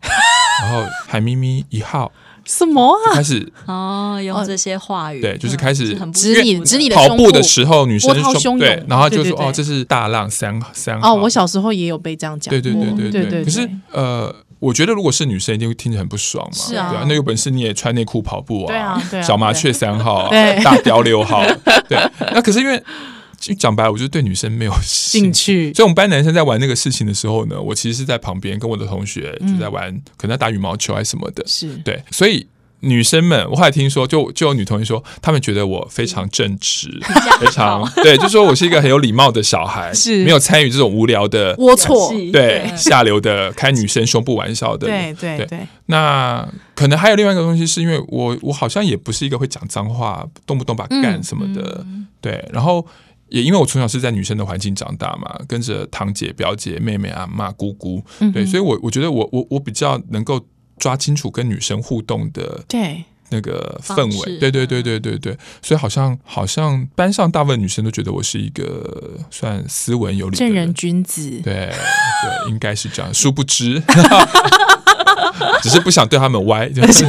F: 然后海咪咪一号。”
A: 什么啊？
F: (laughs) 开始
E: 哦，用这些话语，
F: 对就是开始
E: 嗯很不
A: 指
E: 舒服
A: 你
E: 的
A: 指你的
F: 跑步
A: 胸
F: 的时候，女生
A: 波涛
F: 胸
A: 汹
F: 对
A: 涌，
F: 然后就
A: 对
F: 说
A: 对对
F: 哦，这是大浪三三
A: 哦，
F: 号。
A: 我小时候也有被这样讲
F: 啊对
A: 过，
F: 对对对
A: 对
F: 可是呃，我觉得如果是女生，一定会听着很不爽嘛。
A: 是啊
F: 对那有本事你也穿内裤跑步啊，
A: 对啊对啊
F: 小麻雀三号啊，
A: 对
F: 大雕
A: (laughs)
F: 六号，对。那可是因为就讲白了，我就对女生没有兴
A: 进
F: 趣。
A: 去，
F: 所以我们班男生在玩那个事情的时候呢，
A: 嗯
F: 我其实是在旁边跟我的同学就在玩，可能在打羽毛球还是什么的。
A: 是
F: 对，所以女生们，我后来听说，就就有女同学说，她们觉得我非常正直，非常对，就说我是一个很有礼貌的小孩，
A: 是
F: 没有参与这种无聊的
A: 龌龊，
E: 是
F: 对下流的开女生胸部玩笑的。
A: 对对对，
F: 那可能还有另外一个东西，是因为我我好像也不是一个会讲脏话，动不动把干什么的，对，然后。也因为我从小是在女生的环境长大嘛，跟着堂姐、表姐、妹妹、阿妈、姑姑，对，所以我我觉得我我我比较能够抓清楚跟女生互动的
A: 对，
F: 那个氛
E: 方
F: 围，
E: 式嗯
F: 对对对对对对，所以好像好像班上大部分女生都觉得我是一个算斯文有礼的
A: 正人
F: 人，
A: 君子，
F: 对对，应该是这样，殊
E: (laughs)
F: 不知， (laughs) 只是不想对他们歪，
E: (laughs)
F: 就是。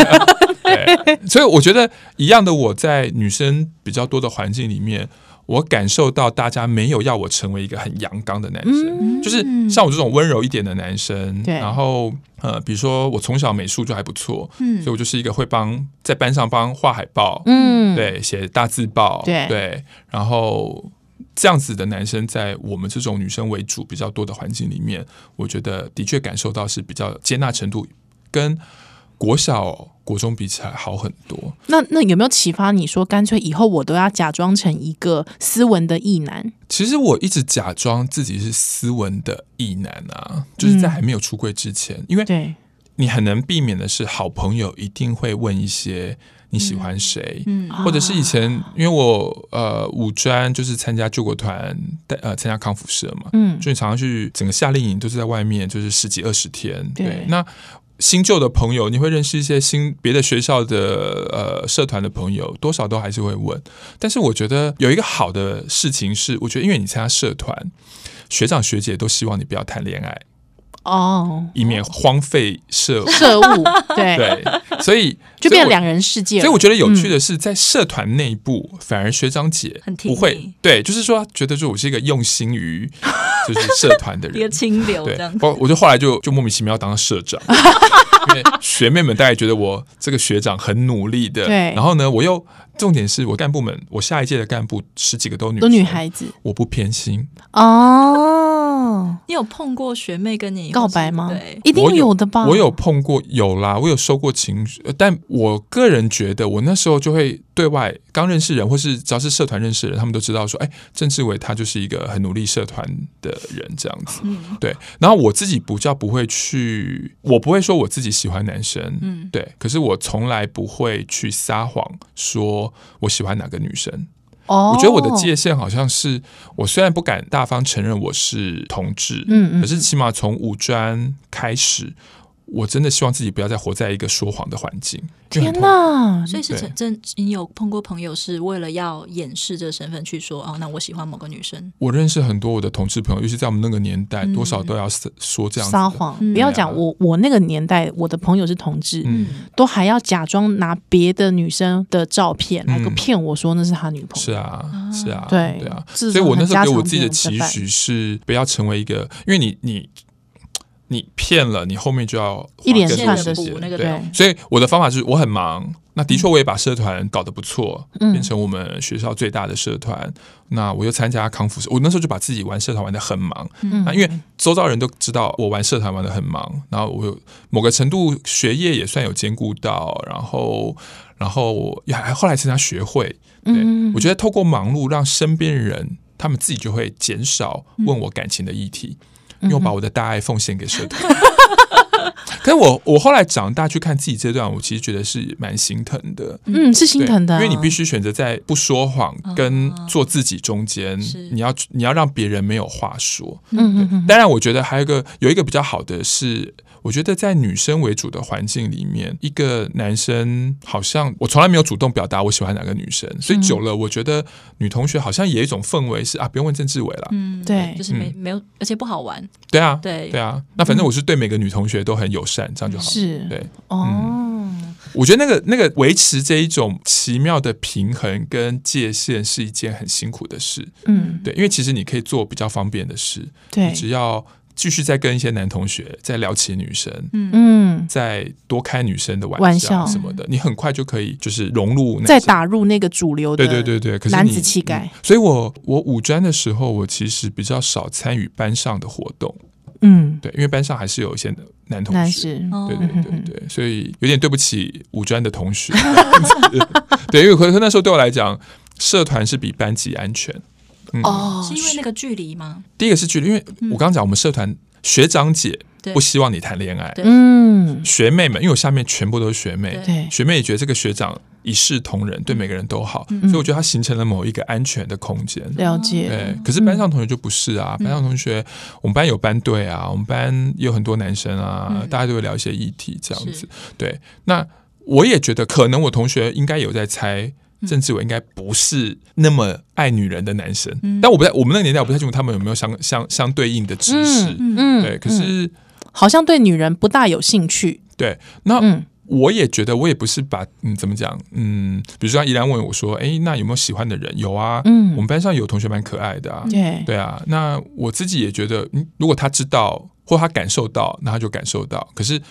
F: 对，所以我觉得一样的，我在女生比较多的环境里面，我感受到大家没有要我成为一个很阳刚的男生，
E: 嗯
F: 就是像我这种温柔一点的男生，
A: 嗯对
F: 然后呃，比如说我从小美术就还不错，
E: 嗯
F: 所以我就是一个会帮在班上帮画海报，
A: 嗯，
F: 对，写大字报，
A: 对
F: 然后这样子的男生在我们这种女生为主比较多的环境里面，我觉得的确感受到是比较接纳程度跟国小、国中比起来好很多。
A: 那那有没有启发你说，干脆以后我都要假装成一个斯文的异男？
F: 其实我一直假装自己是斯文的异男啊，就是
A: 嗯
F: 在还没有出柜之前，因为
A: 对，
F: 你很难避免的是，好朋友一定会问一些你喜欢谁，
E: 嗯
F: 或者是以前因为我呃五专就是参加救国团，带呃参加康复社嘛，
A: 嗯，
F: 就你常常去整个夏令营都是在外面，就是十几二十天。对，
A: 对
F: 那新旧的朋友，你会认识一些新别的学校的呃社团的朋友，多少都还是会问。但是我觉得有一个好的事情是，我觉得因为你参加社团，学长学姐都希望你不要谈恋爱，
A: 哦，
F: 以免荒废社。
A: (laughs) 社务，对，
F: 对，所以
A: 就变成
F: 两。
A: 两人世界了。
F: 所以我觉得有趣的是，在社团内部，反而学长姐
E: 很挺
F: 不
E: 你
F: 会对，就是说觉得说我是一个用心于就是社团的
E: 一个
F: 人，
E: 清流
F: 对
E: 这样，。
F: 我我就后来就就莫名其妙当社长，因为学妹们大概觉得我这个学长很努力的，
A: 对
F: 然后呢，我又重点是我干部们，我下一届的干部十几个都女
A: 都女
F: 生，
A: 孩子
F: 我不偏心，
A: 哦，
E: 你有碰过学妹跟你
A: 告白吗？
E: 对，
A: 一定
F: 我有
A: 的吧？
F: 我有碰过，有啦，我有收过情书，呃但我个人觉得，我那时候就会对外刚认识人，或是只要是社团认识的人，他们都知道说，哎，郑志伟他就是一个很努力社团的人这样子。
E: 嗯
F: 对，然后我自己比较不会去，我不会说我自己喜欢男生，
E: 嗯
F: 对，可是我从来不会去撒谎说我喜欢哪个女生。
A: 哦，
F: 我觉得我的界限好像是，我虽然不敢大方承认我是同志，
A: 嗯嗯
F: 可是起码从五专开始，我真的希望自己不要再活在一个说谎的环境。因为
A: 天
F: 很痛
A: 哪，
E: 所以是
F: 对
E: 真真你有碰过朋友是为了要掩饰这个身份去说哦，那我喜欢某个女生，
F: 我认识很多我的同志朋友，尤其在我们那个年代，多少都要撒说这样子的
A: 嗯撒。谎，
E: 嗯
A: 不要
F: 对啊
A: 讲我，我那个年代，我的朋友是同志，
F: 嗯，
A: 都还要假装拿别的女生的照片来个
F: 嗯
A: 骗我说那是他女朋友。
F: 是啊，是啊，
A: 对
F: 对啊。
A: 这
F: 所以我那时候
A: 很
F: 给
A: 家
F: 我
A: 常
F: 自己的
A: 便饭
F: 期许是不要成为一个，因为你你你骗了，你后面就要
A: 一连
F: 花更
A: 串
F: 多
A: 的
F: 时
E: 补
F: 间
E: 那个
F: 对
A: 洞
F: 所以我的方法是我很忙，那
A: 嗯
F: 的确我也把社团搞得不错，变成我们学校最大的社团。那我又参加康复社，我那时候就把自己玩社团玩得很忙。
A: 嗯
F: 那因为周遭人都知道我玩社团玩得很忙，然后我有某个程度学业也算有兼顾到，然后然后也还后来参加学会，对、
A: 嗯
F: 我觉得透过忙碌让身边人。他们自己就会减少问我感情的议题，
A: 嗯
F: 因为我把我的大爱奉献给社
A: (laughs)
F: 团。可是我我后来长大去看自己这段，我其实觉得是蛮心疼的，
A: 嗯，是心
F: 对
A: 疼的啊、嗯
F: 因为你必须选择在不说谎跟做自己中间，
E: 是
F: 你要你要让别人没有话说。
A: 嗯嗯嗯，
F: 当然，我觉得还有一个有一个比较好的是，我觉得在女生为主的环境里面，一个男生好像我从来没有主动表达我喜欢哪个女
E: 嗯
F: 生，所以久了，我觉得女同学好像也有一种氛围是啊，不用问郑志伟了，
E: 嗯，
A: 对
E: 就是没没有，而且不好玩，
F: 对啊，
E: 对
F: 对啊，那反正我是对每个女同学都很友善，这样就好了。
A: 嗯是
F: 对，嗯
A: 哦。
F: 我觉得那个那个维持这一种奇妙的平衡跟界限是一件很辛苦的事，
A: 嗯，
F: 对，因为其实你可以做比较方便的事，
A: 对
F: 你，只要继续再跟一些男同学再聊起女生，
A: 嗯，
F: 再多开女生的
A: 玩
F: 玩
A: 笑
F: 笑什么的，你很快就可以就是融入那
A: 再
F: 些
A: 打入那个主流的，
F: 对对对对，可是
A: 男
F: 你
A: 子气概，
F: 嗯所以我我五专的时候，我其实比较少参与班上的活动，
A: 嗯，
F: 对，因为班上还是有一些男同
A: 那
F: 学。
A: 是
E: 哦
F: 对对对
A: 嗯
F: 对，所以有点对不起五专的同学， (laughs) 对，因为可能那时候对我来讲，社团是比班级安全。嗯，
A: 哦
E: 是因为那个距离吗？
F: 第一个是距离，因为我刚刚讲我们社团学长姐
E: 对
F: 不希望你谈恋爱，
E: 对
A: 嗯，
F: 学妹们，因为我下面全部都是学妹，
A: 对，
F: 学妹也觉得这个学长一视同仁，对每个人都好，所以我觉得它形成了某一个安全的空间。
A: 了解，
F: 对，可是班上同学就不是啊，班上同学，我们班有班队啊，我们班也有很多男生啊，大家都会聊一些议题这样子
E: 是。
F: 对，那我也觉得，可能我同学应该有在猜。郑志伟应该不是那么爱女人的男生，但我不太，我们那个年代我不太清楚他们有没有相相相对应的知识。
A: 嗯，
F: 对，可是、
A: 好像对女人不大有兴趣，
F: 对，那、
A: 嗯
F: 我也觉得，我也不是把嗯怎么讲，嗯，比如说像怡然问我说，哎，那有没有喜欢的人？有啊，
A: 嗯
F: 我们班上有同学蛮可爱的啊，
A: 对，
F: 对啊。那我自己也觉得，嗯，如果他知道或他感受到，那他就感受到。可是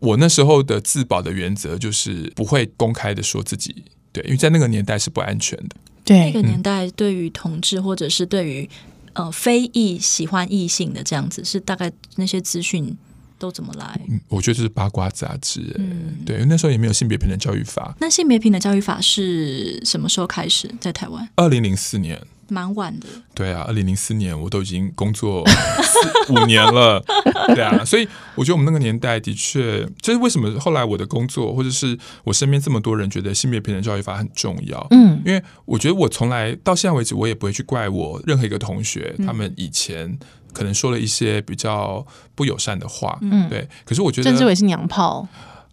F: 我那时候的自保的原则就是不会公开的说自己。对，因为在那个年代是不安全的。
E: 那
A: 对
E: 个年代对于同志或者是对于呃非异喜欢异性的这样子，是大概那些资讯都怎么来？
F: 嗯，我觉得这是八卦杂志、哎
A: 嗯
F: 对，因为那时候也没有性别平等教育法，
E: 那性别平等教育法是什么时候开始在台湾？
F: 二零零四年。
E: 蛮晚的，
F: 对啊，二零零四年我都已经工作四五年了， (laughs) 对啊，所以我觉得我们那个年代的确，这是为什么后来我的工作或者是我身边这么多人觉得性别平等教育法很重要，
A: 嗯，
F: 因为我觉得我从来到现在为止，我也不会去怪我任何一个同学，他们以前可能说了一些比较不友善的话，
A: 嗯
F: 对，可是我觉
A: 郑志
F: 得
A: 伟是娘炮，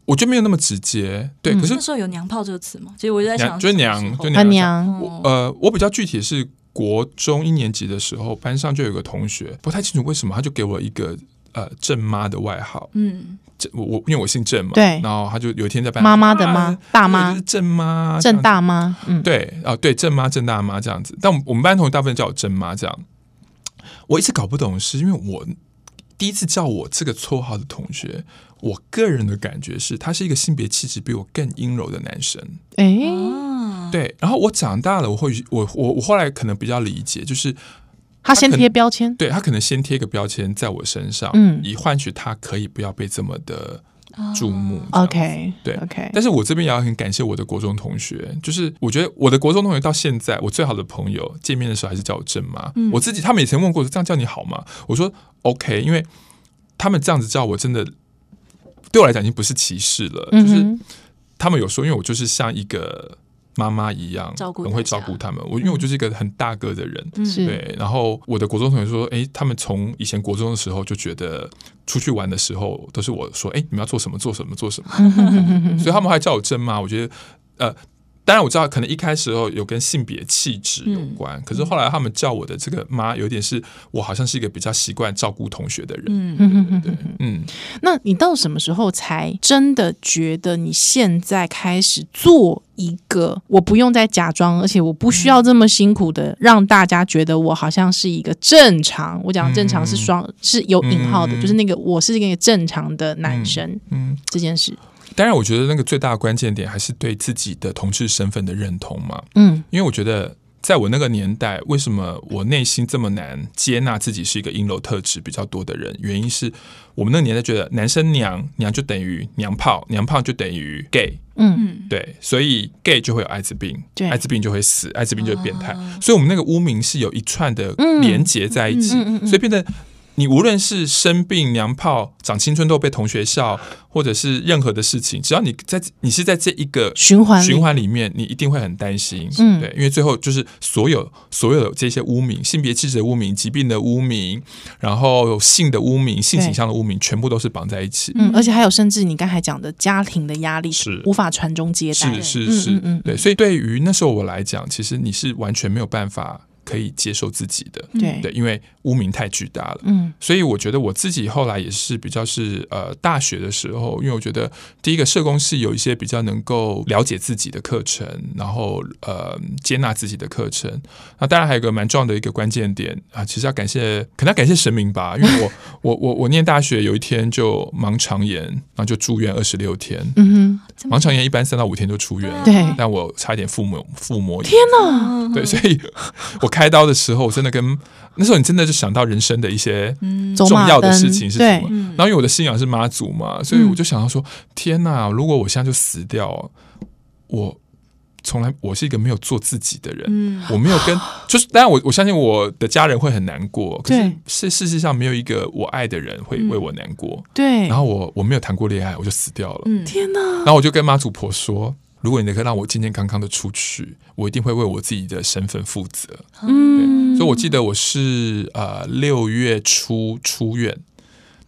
F: 我觉得没有那么直接，对，可是
E: 那时候有“娘炮”这个词吗？其实我就在想
F: 娘，就是娘
E: 什么时候
F: 就
A: 他
F: 娘
A: 娘，
E: 哦
F: 呃，我比较具体的是国中一年级的时候，班上就有个同学，不太清楚为什么，他就给我一个呃“郑妈”的外号。
E: 嗯，
F: 郑我我因为我姓郑嘛，
A: 对
F: 然后他就有一天在班上
A: 妈妈的妈
F: 啊，
A: 大
F: 我就
A: 妈
F: 是，郑妈，这样
A: 郑
F: 子。
A: 大妈，嗯，
F: 对啊、对，郑妈、郑大妈这样子。但我们我们班同学大部分叫我郑妈这样。我一直搞不懂，是因为我第一次叫我这个绰号的同学，我个人的感觉是，他是一个性别气质比我更阴柔的男生。
A: 哎，
E: 啊，
F: 对，然后我长大了，我会我我我后来可能比较理解，就是
A: 他先
F: 可能
A: 贴标签，
F: 对他可能先贴一个标签在我身上，
A: 嗯哦
F: 以换取他可以不要被这么的注目。这样
A: OK，
F: 对
A: ，OK，
F: 但是我这边也要很感谢我的国中同学，就是我觉得我的国中同学到现在，我最好的朋友见面的时候还是叫我郑妈。
A: 嗯
F: 我自己他们以前问过，这样叫你好吗？我说 OK，因为他们这样子叫我，真的对我来讲已经不是歧视了，
A: 嗯
F: 就是
A: 哼，
F: 他们有说，因为我就是像一个妈妈一样，
E: 照顾
F: 很
E: 大
F: 会
E: 家
F: 照顾他们。我因为我就是一个很大个的人，
E: 嗯
A: 是
F: 对。然后我的国中同学说，诶，他们从以前国中的时候就觉得出去玩的时候都是我说，诶，你们要做什么做什么做什么，所以他们还叫我真妈。我觉得，呃。当然我知道，可能一开始候有跟性别气质有关，可是后来他们叫我的这个妈，有点是我好像是一个比较习惯照顾同学的人，
E: 嗯，
A: 嗯
F: 对，嗯，
A: 那你到什么时候才真的觉得你现在开始做一个我不用再假装，而且我不需要这么辛苦的让大家觉得我好像是一个正常？我讲正常是双、是有引号的，
F: 嗯
A: 就是那个我是一个正常的男生、
F: 嗯
A: 这件事。
F: 当然，我觉得那个最大的关键点还是对自己的同志身份的认同嘛。
A: 嗯
F: 因为我觉得，在我那个年代，为什么我内心这么难接纳自己是一个阴柔特质比较多的人？原因是我们那个年代觉得男生娘娘就等于娘炮，娘炮就等于 gay，
A: 嗯，
F: 对，所以 gay 就会有艾滋病，
A: 对哦
F: 艾滋病就会死，艾滋病就会变态，所以我们那个污名是有一串的连结在一
A: 嗯
F: 起，所以变得你无论是生病、娘炮、长青春痘、被同学笑，或者是任何的事情，只要你在你是在这一个
A: 循环里
F: 循环里面，你一定会很担心，
A: 嗯
F: 对，因为最后就是所有所有这些污名、性别气质的污名、疾病的污名，然后性的污名、性倾向的污名，全部都是绑在一起，
A: 嗯，而且还有，甚至你刚才讲的家庭的压力
F: 是
A: 无法传宗接代
F: 是
A: 的。
F: 是
A: 嗯
F: 是，
A: 嗯嗯
F: 对，所以对于那时候我来讲，其实你是完全没有办法可以接受自己的，
A: 对，
F: 对，因为污名太巨大了。
A: 嗯
F: 所以我觉得我自己后来也是比较是呃大学的时候，因为我觉得第一个社工是有一些比较能够了解自己的课程，然后呃接纳自己的课
A: (laughs)
F: 程。那当然还有一个蛮重要的一个关键点啊，其实要感谢，可能要感谢神明吧，因为我我我我念大学有一天就盲肠炎，然后就住院二十六天。
A: 嗯哼，
F: 盲肠炎一般三到五天就出院了，
A: 对啊
F: 但我差一点腹膜腹膜炎。
A: 天哪，
E: 嗯
F: 对，所
A: (laughs)
F: 以我开刀的时候，我真的跟那时候你真的就想到人生的一些
A: 走
F: 重
A: 马
F: 要的
A: 灯
F: 事情是什
A: 对
F: 么。
E: 嗯
F: 然后因为我的信仰是妈祖嘛，所以
A: 嗯
F: 我就想到说，天哪！如果我现在就死掉，我从来我是一个没有做自己的人，
A: 嗯
E: 嗯
F: 我没有
A: (laughs)
F: 跟就是，当然我我相信我的家人会很难过，可是
A: 对嗯
F: 是世界上没有一个我爱的人会为我难过。
A: 对
F: 然，后我我没有谈过恋爱，我就死掉了。
E: 嗯，
A: 天哪，
F: 然后我就跟妈祖婆说。如果你能够让我健健康康的出去，我一定会为我自己的身份负责。
A: 嗯，
F: 所以我记得我是呃六月初出院，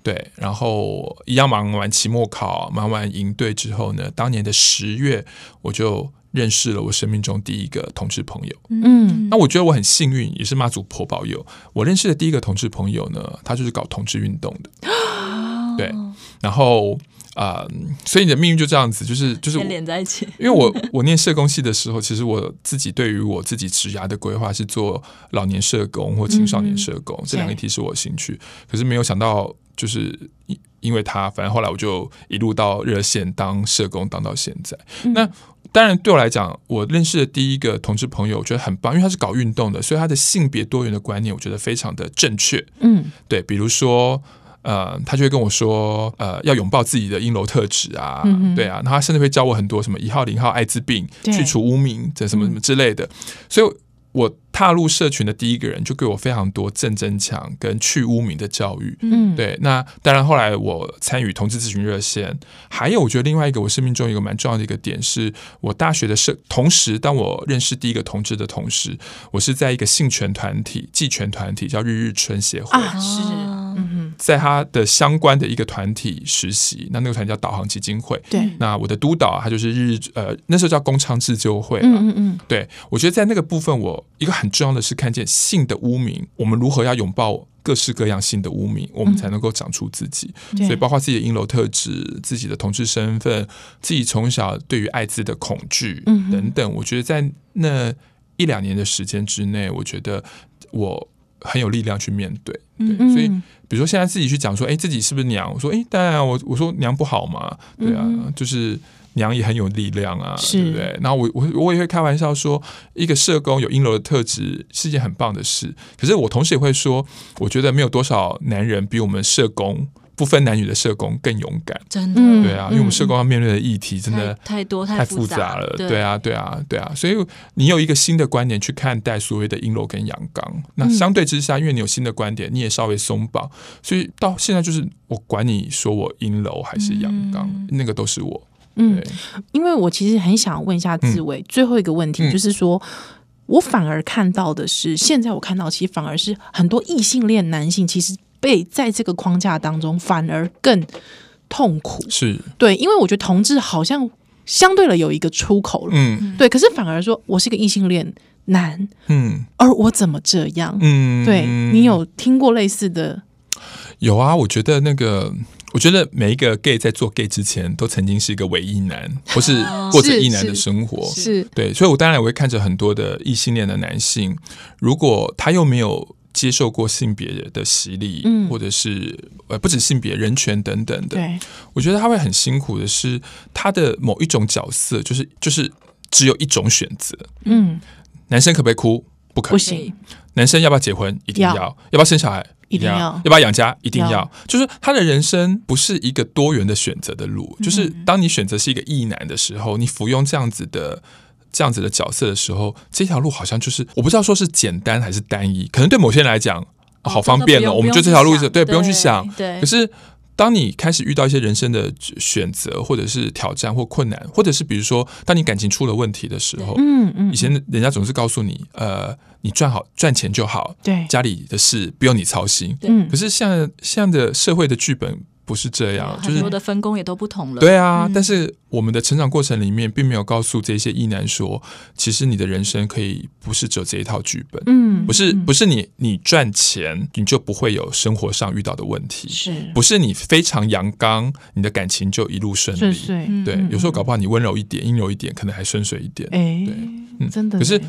F: 对，然后一样忙完期末考，忙完营队之后呢，当年的十月我就认识了我生命中第一个同志朋友。
A: 嗯
F: 那我觉得我很幸运，也是妈祖婆保佑。我认识的第一个同志朋友呢，他就是搞同志运动的，对，然后。啊、所以你的命运就这样子，就是就是我
E: 先连在一起，
F: 因为我我念社工系的时候，其实我自己对于我自己职涯的规划是做老年社工或青少年社工、这两个议题是我的兴趣，可是没有想到就是因因为他，反正后来我就一路到热线当社工当到现在。
A: 嗯
F: 那当然对我来讲，我认识的第一个同志朋友，我觉得很棒，因为他是搞运动的，所以他的性别多元的观念，我觉得非常的正确。
A: 嗯，
F: 对，比如说。呃，他就会跟我说，呃，要拥抱自己的阴柔特质啊，
A: 嗯哼
F: 对啊，那他甚至会教我很多什么一号、零号艾滋病、
A: 对
F: 去除污名这什么什
A: 嗯
F: 么之类的。所以，我踏入社群的第一个人就给我非常多正增强跟去污名的教育。
A: 嗯，
F: 对，那当然，后来我参与同志咨询热线，还有我觉得另外一个我生命中有一个蛮重要的一个点是，我大学的社，同时当我认识第一个同志的同时，我是在一个性权团体、纪权团体叫日日春协会，
A: 啊是，
E: 哦
A: 嗯哼，
F: 在他的相关的一个团体实习，那那个团体叫导航基金会。
A: 对，
F: 那我的督导啊他就是日日呃那时候叫工商自救会嘛，
A: 嗯嗯嗯，
F: 对，我觉得在那个部分我，一个很重要的是看见性的污名，我们如何要拥抱各式各样性的污名，我们才能够长出自己。
A: 嗯对
F: 所以包括自己的阴柔特质、自己的同志身份、自己从小对于艾滋的恐惧、
A: 嗯哼
F: 等等，我觉得在那一两年的时间之内，我觉得我很有力量去面对。对，
A: 嗯
F: 所以比如说现在自己去讲说，哎、自己是不是娘？我说，哎、当然、啊，我我说娘不好嘛，对啊，就是娘也很有力量啊，
A: 嗯是
F: 对不对？然后我我我也会开玩笑说，一个社工有阴柔的特质是一件很棒的事，可是我同时也会说，我觉得没有多少男人比我们社工不分男女的社工更勇敢，
E: 真的，
A: 嗯
F: 对啊，因为我们社工要面对的议题真的。
E: 太太多
F: 太
E: 复
F: 复杂了，
E: 对
F: 对，啊，对啊，对啊，所以你有一个新的观点去看待所谓的阴柔跟阳刚，
A: 嗯
F: 那相对之下，因为你有新的观点，你也稍微松绑，所以到现在就是我管你说我阴柔还是阳刚，那个都是我，
A: 嗯
F: 对，，
A: 因为我其实很想问一下志伟，最后一个问题
F: 嗯
A: 就是说。我反而看到的是，现在我看到其实反而是很多异性恋男性其实被在这个框架当中反而更痛苦。
F: 是，
A: 对，因为我觉得同志好像相对了有一个出口了，
F: 嗯
A: 对。可是反而说我是个异性恋男，
F: 嗯
A: 而我怎么这样？
F: 嗯，
A: 对你有听过类似的？
F: 有啊？我觉得那个。我觉得每一个 gay 在做 gay 之前，都曾经是一个伪异男，或是过着
A: 哦是
F: 异男的
A: 是
F: 生活。
A: 是
F: 对，所以我当然我会看着很多的异性恋的男性，如果他又没有接受过性别的洗礼，
A: 嗯
F: 或者是呃不止性别、人权等等的，
A: 对，
F: 我觉得他会很辛苦的是，他的某一种角色就是就是只有一种选择，
A: 嗯，
F: 男生可不可以哭？不可以
A: 不行，
F: 男生要不要结婚？一定要。
A: 要
F: 要不要生小孩？
A: 一定要
F: 要不要养家？一定要。
A: 要
F: 就是他的人生不是一个多元的选择的路，
E: 嗯
F: 就是当你选择是一个异男的时候，你服用这样子的。这样子的角色的时候，这条路好像就是我不知道说是简单还是单一，可能对某些人来讲、哦好方便
E: 真的
F: 哦，
E: 不用
F: 我们就这条路
E: 不
F: 是
E: 用去想
F: 对，不用去想。
E: 对
F: 可是当你开始遇到一些人生的选择，或者是挑战或困难，或者是比如说当你感情出了问题的时候，
A: 嗯嗯，
F: 以前人家总是告诉你，呃，你赚好赚钱就好，
A: 对
F: 家里的事不用你操心。
A: 嗯
F: 可是现在现在的社会的剧本不是这样，就
E: 很
F: 是
E: 多的分工也都不同了，
F: 对
A: 嗯
F: 啊。但是我们的成长过程里面，并没有告诉这些异男说，其实你的人生可以不是只有这一套剧本，
A: 嗯
F: 不是不是你你赚钱你就不会有生活上遇到的问题，
A: 是
F: 不是你非常阳刚，你的感情就一路顺
A: 顺
F: 利。
A: 遂，
E: 嗯
F: 对，有时候搞不好你温柔一点、阴柔一点，可能还顺遂一点。
A: 哎
F: 对，嗯
A: 真的
F: 可是
A: 耶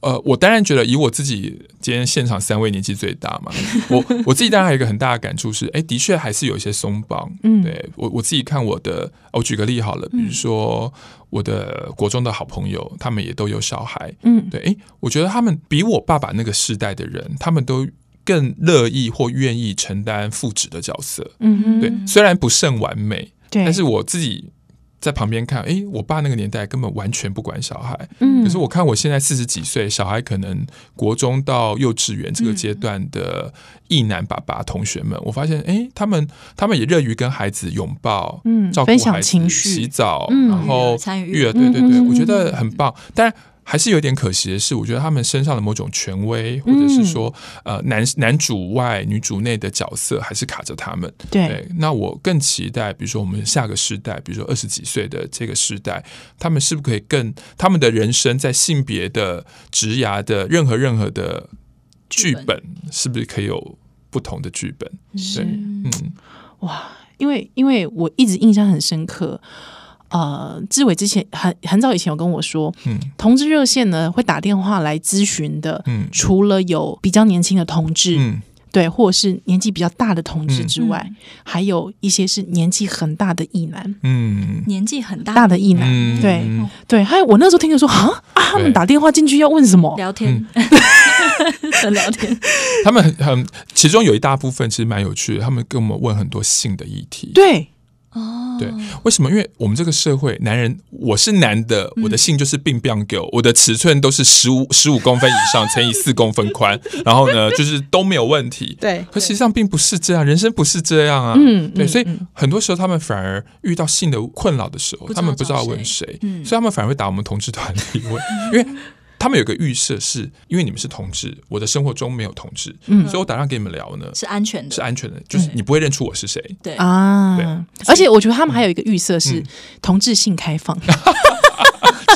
F: 呃，我当然觉得以我自己今天现场三位年纪最大嘛，我我自己当然还有一个很大的感触是，哎，的确还是有一些松绑。
A: 嗯
F: 对我我自己看我的，哦我举个例好了，比如说我的国中的好朋友，他们也都有小孩，
A: 嗯
F: 对，哎，我觉得他们比我爸爸那个世代的人，他们都更乐意或愿意承担父职的角色。
A: 嗯哼，
F: 对，虽然不甚完美，
A: 对，
F: 但是我自己在旁边看，哎，我爸那个年代根本完全不管小孩，
A: 嗯，
F: 可是我看我现在四十几岁，小孩可能国中到幼稚园这个阶段的异男爸爸同学们，我发现，哎、他们他们也乐于跟孩子拥抱，
A: 嗯
F: 照顾
A: 分享
F: 孩子
A: 情绪
F: 洗澡，
A: 嗯
F: 然
E: 育
F: 后
E: 儿参与
F: 育儿，
A: 育
F: 对
A: 儿
F: 对
A: 嗯
F: 对，
A: 嗯
F: 我觉得很棒，但。还是有点可惜的是，我觉得他们身上的某种权威，或者
A: 嗯
F: 是说，呃，男男主外女主内的角色，还是卡着他们。
A: 对，
F: 对，那我更期待，比如说我们下个世代，比如说二十几岁的这个世代，他们是不是可以更他们的人生在性别的、职涯的任何任何的剧
E: 剧
F: 本
E: 本，
F: 是不是可以有不同的剧本？
A: 是
F: 对，嗯，
A: 哇，因为因为我一直印象很深刻。呃，志伟之前很很早以前有跟我说，
F: 嗯
A: 同志热线呢会打电话来咨询的，
F: 嗯
A: 除了有比较年轻的同志，
F: 嗯
A: 对，或者是年纪比较大的同志
F: 嗯
A: 之外，还有一些是年纪很大的异男，
F: 嗯
E: 年纪很大
A: 大的异男，
F: 嗯，
A: 对
F: 嗯
A: 对。还有我那时候听着说啊啊，他们
F: 对
A: 打电话进去要问什
F: 哦
A: 么？
E: 聊天，
F: 嗯
E: 在 (laughs) 聊天，
F: 他们很很，其中有一大部分其实蛮有趣的，他们跟我们问很多性的议题。
A: 对，
E: 哦，
F: 对，为什么？因为我们这个社会，男人我是男的，我的性就是病病给我，我的尺寸都是十五十五公分以上乘以四公分宽，然后呢，就是都没有问题。
A: 对
F: 可实际上并不是这样，人生不是这样啊。
A: 嗯
F: 对，
A: 嗯
F: 所以
A: 嗯
F: 很多时候他们反而遇到性的困扰的时候，
E: 不知道
F: 他们不知道
E: 找谁
F: 问谁，
E: 嗯
F: 所以他们反而会打我们同志团体问，因为。他们有个预设是，因为你们是同志，我的生活中没有同志，
A: 嗯
F: 所以我打算给你们聊呢，
E: 是安全的，
F: 是安全的，就是你不会认出我是谁，
E: 对，
A: 啊，而且我觉得他们还有一个预设是、
F: 嗯
A: 同志性开放，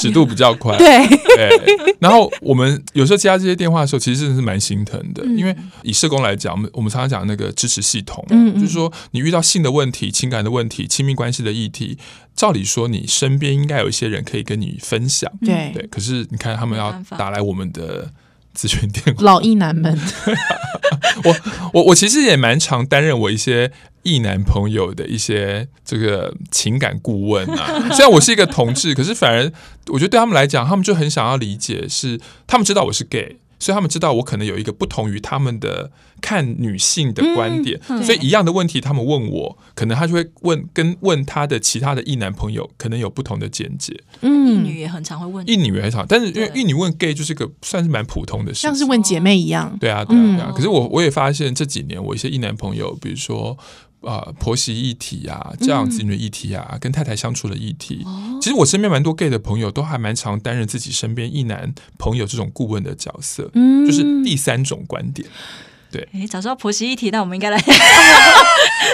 F: 尺度比较宽，
A: 对，
F: (laughs) 对，然后我们有时候接到这些电话的时候，其实真的是蛮心疼的，因为以社工来讲，我们我们常常讲那个支持系统，啊
A: 嗯嗯
F: 就是说你遇到性的问题、情感的问题、亲密关系的议题，照理说你身边应该有一些人可以跟你分享，
A: 对
F: 对，可是你看他们要
E: 没办法
F: 打来我们的。咨询电话，
A: 老一男们，
F: 我我其实也蛮常担任我一些异男朋友的一些这个情感顾问
A: (laughs)
F: 啊。虽然我是一个同志，可是反而我觉得对他们来讲，他们就很想要理解是，他们知道我是 gay，所以他们知道我可能有一个不同于他们的看女性的观点，
E: 嗯
F: 所以一样的问题他们问我，可能他就会问跟问他的其他的异男朋友，可能有不同的见解。
E: 异
A: 嗯，
E: 女也很常会问，
F: 异女也很少，但是因为
E: 对
F: 异女问 gay 就是个算是蛮普通的事
A: 像
F: 情
A: 是。问姐妹一样，
F: 对啊，对啊，对啊。
E: 嗯
F: 可是我我也发现这几年，我一些异男朋友，比如说呃婆媳议题啊、教养子
A: 嗯
F: 女议题啊、跟太太相处的议题，
A: 哦
F: 其实我身边蛮多 gay 的朋友都还蛮常担任自己身边异男朋友这种顾问的角色，
A: 嗯。
F: 就是第三种观点。
E: 哎，早知道婆媳议题，那我们应该来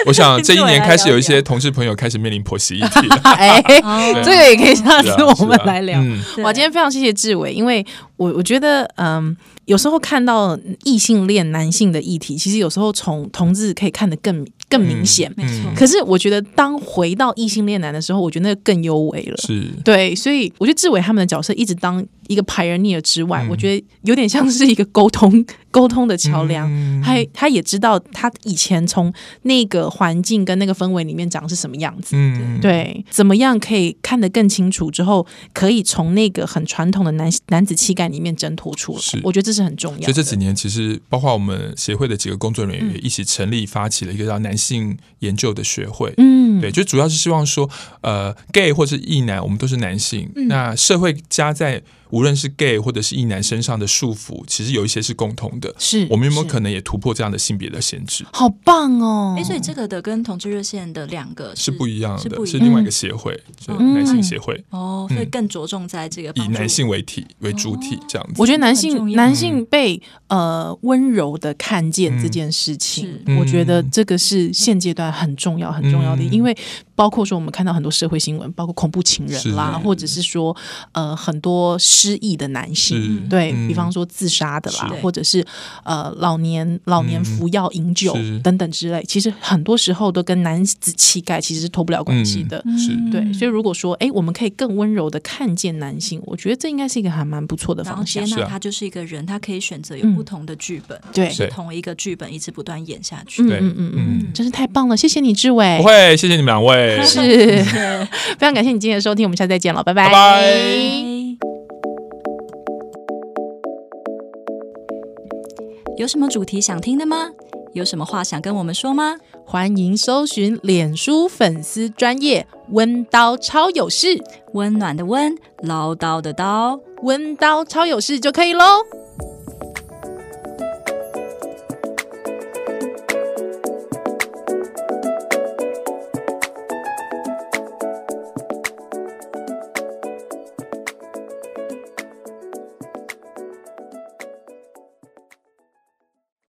F: 我想这一年开始有
E: 对来聊
F: 一些
E: 聊
F: 同志朋友开始面临婆媳议题了
A: (laughs) 哎，
E: 哦 (laughs)
A: 这个也可以下
F: 是
A: (laughs) 次
F: 啊
A: 我们来聊。
F: 是啊嗯
E: 对
A: 哇，今天非常谢谢志伟，因为我我觉得，嗯，有时候看到异性恋男性的议题，其实有时候从同志可以看得更更明显。
E: 没错
F: 嗯
A: 可是我觉得，当回到异性恋男的时候，我觉得那个更优美了。
F: 是
A: 对，所以我觉得志伟他们的角色一直当一个 pioneer 之外，
F: 嗯
A: 我觉得有点像是一个沟通沟通的桥梁。
F: 嗯
A: 他他也知道他以前从那个环境跟那个氛围里面长是什么样子，
F: 嗯，
A: 对，怎么样可以看得更清楚之后，可以从那个很传统的男男子气概里面挣脱出来
F: 是。
A: 我觉得这是很重要的。
F: 所以这几年其实包括我们协会的几个工作人员也一起成立发起了一个叫男性研究的学会，
A: 嗯，
F: 对，就主要是希望说，呃，gay 或是异男，我们都是男性，那社会加在无论是 gay 或者是异男身上的束缚，其实有一些是共同的。
A: 是
F: 我们有没有
A: 是
F: 可能也突破这样的性别的限制？
A: 好棒哦！
E: 哎，所以这个的跟同志热线的两个
F: 嗯是不一样
E: 是
F: 的，
E: 不一
F: 是
E: 样
F: 另外一个协会，就
A: 嗯
F: 男性协会，
E: 哦，所以更着重在这个
F: 嗯以
E: 帮助
F: 男性为体为主体这样子。
A: 我觉得男
E: 很重
A: 性
E: 要
A: 男性被呃温柔的看见这件事情，
F: 嗯嗯
A: 我觉得这个是现阶段很重要很重要的，
F: 嗯
A: 因为包括说我们看到很多社会新闻，包括恐怖情人啦，
F: 是
A: 或者是说呃很多失忆的男性
F: 是，
A: 对、
F: 嗯
A: 比方说自杀的啦
E: 是，
A: 或者是呃老年老年
F: 嗯
A: 服药饮酒
F: 是
A: 等等之类，其实很多时候都跟男子气概其实是脱不了关系的。
F: 嗯
E: 嗯
F: 是
A: 对，所以如果说，哎，我们可以更温柔的看见男性，我觉得这应该是一个还蛮不错的
E: 然后
A: 方
E: 接
A: 向。
F: 是
E: 纳
F: 啊
E: 他就是一个人，他可以选择有
A: 嗯
E: 不同的剧本，
A: 对
F: 是对
E: 同一个剧本一直不断演下去。
A: 嗯
F: 对
A: 嗯嗯嗯，
F: 嗯
A: 真是太棒了，谢谢你，志伟
F: 不。会，谢谢你们两位，
A: 是，非常感谢你今天的收听，我们下次再见了，拜
F: 拜拜。
E: 有什么主题想听的吗？有什么话想跟我们说吗？
A: 欢迎搜寻脸书粉丝专业温刀超有事，
E: 温暖的温，唠叨的叨。
A: 温刀超有事就可以喽。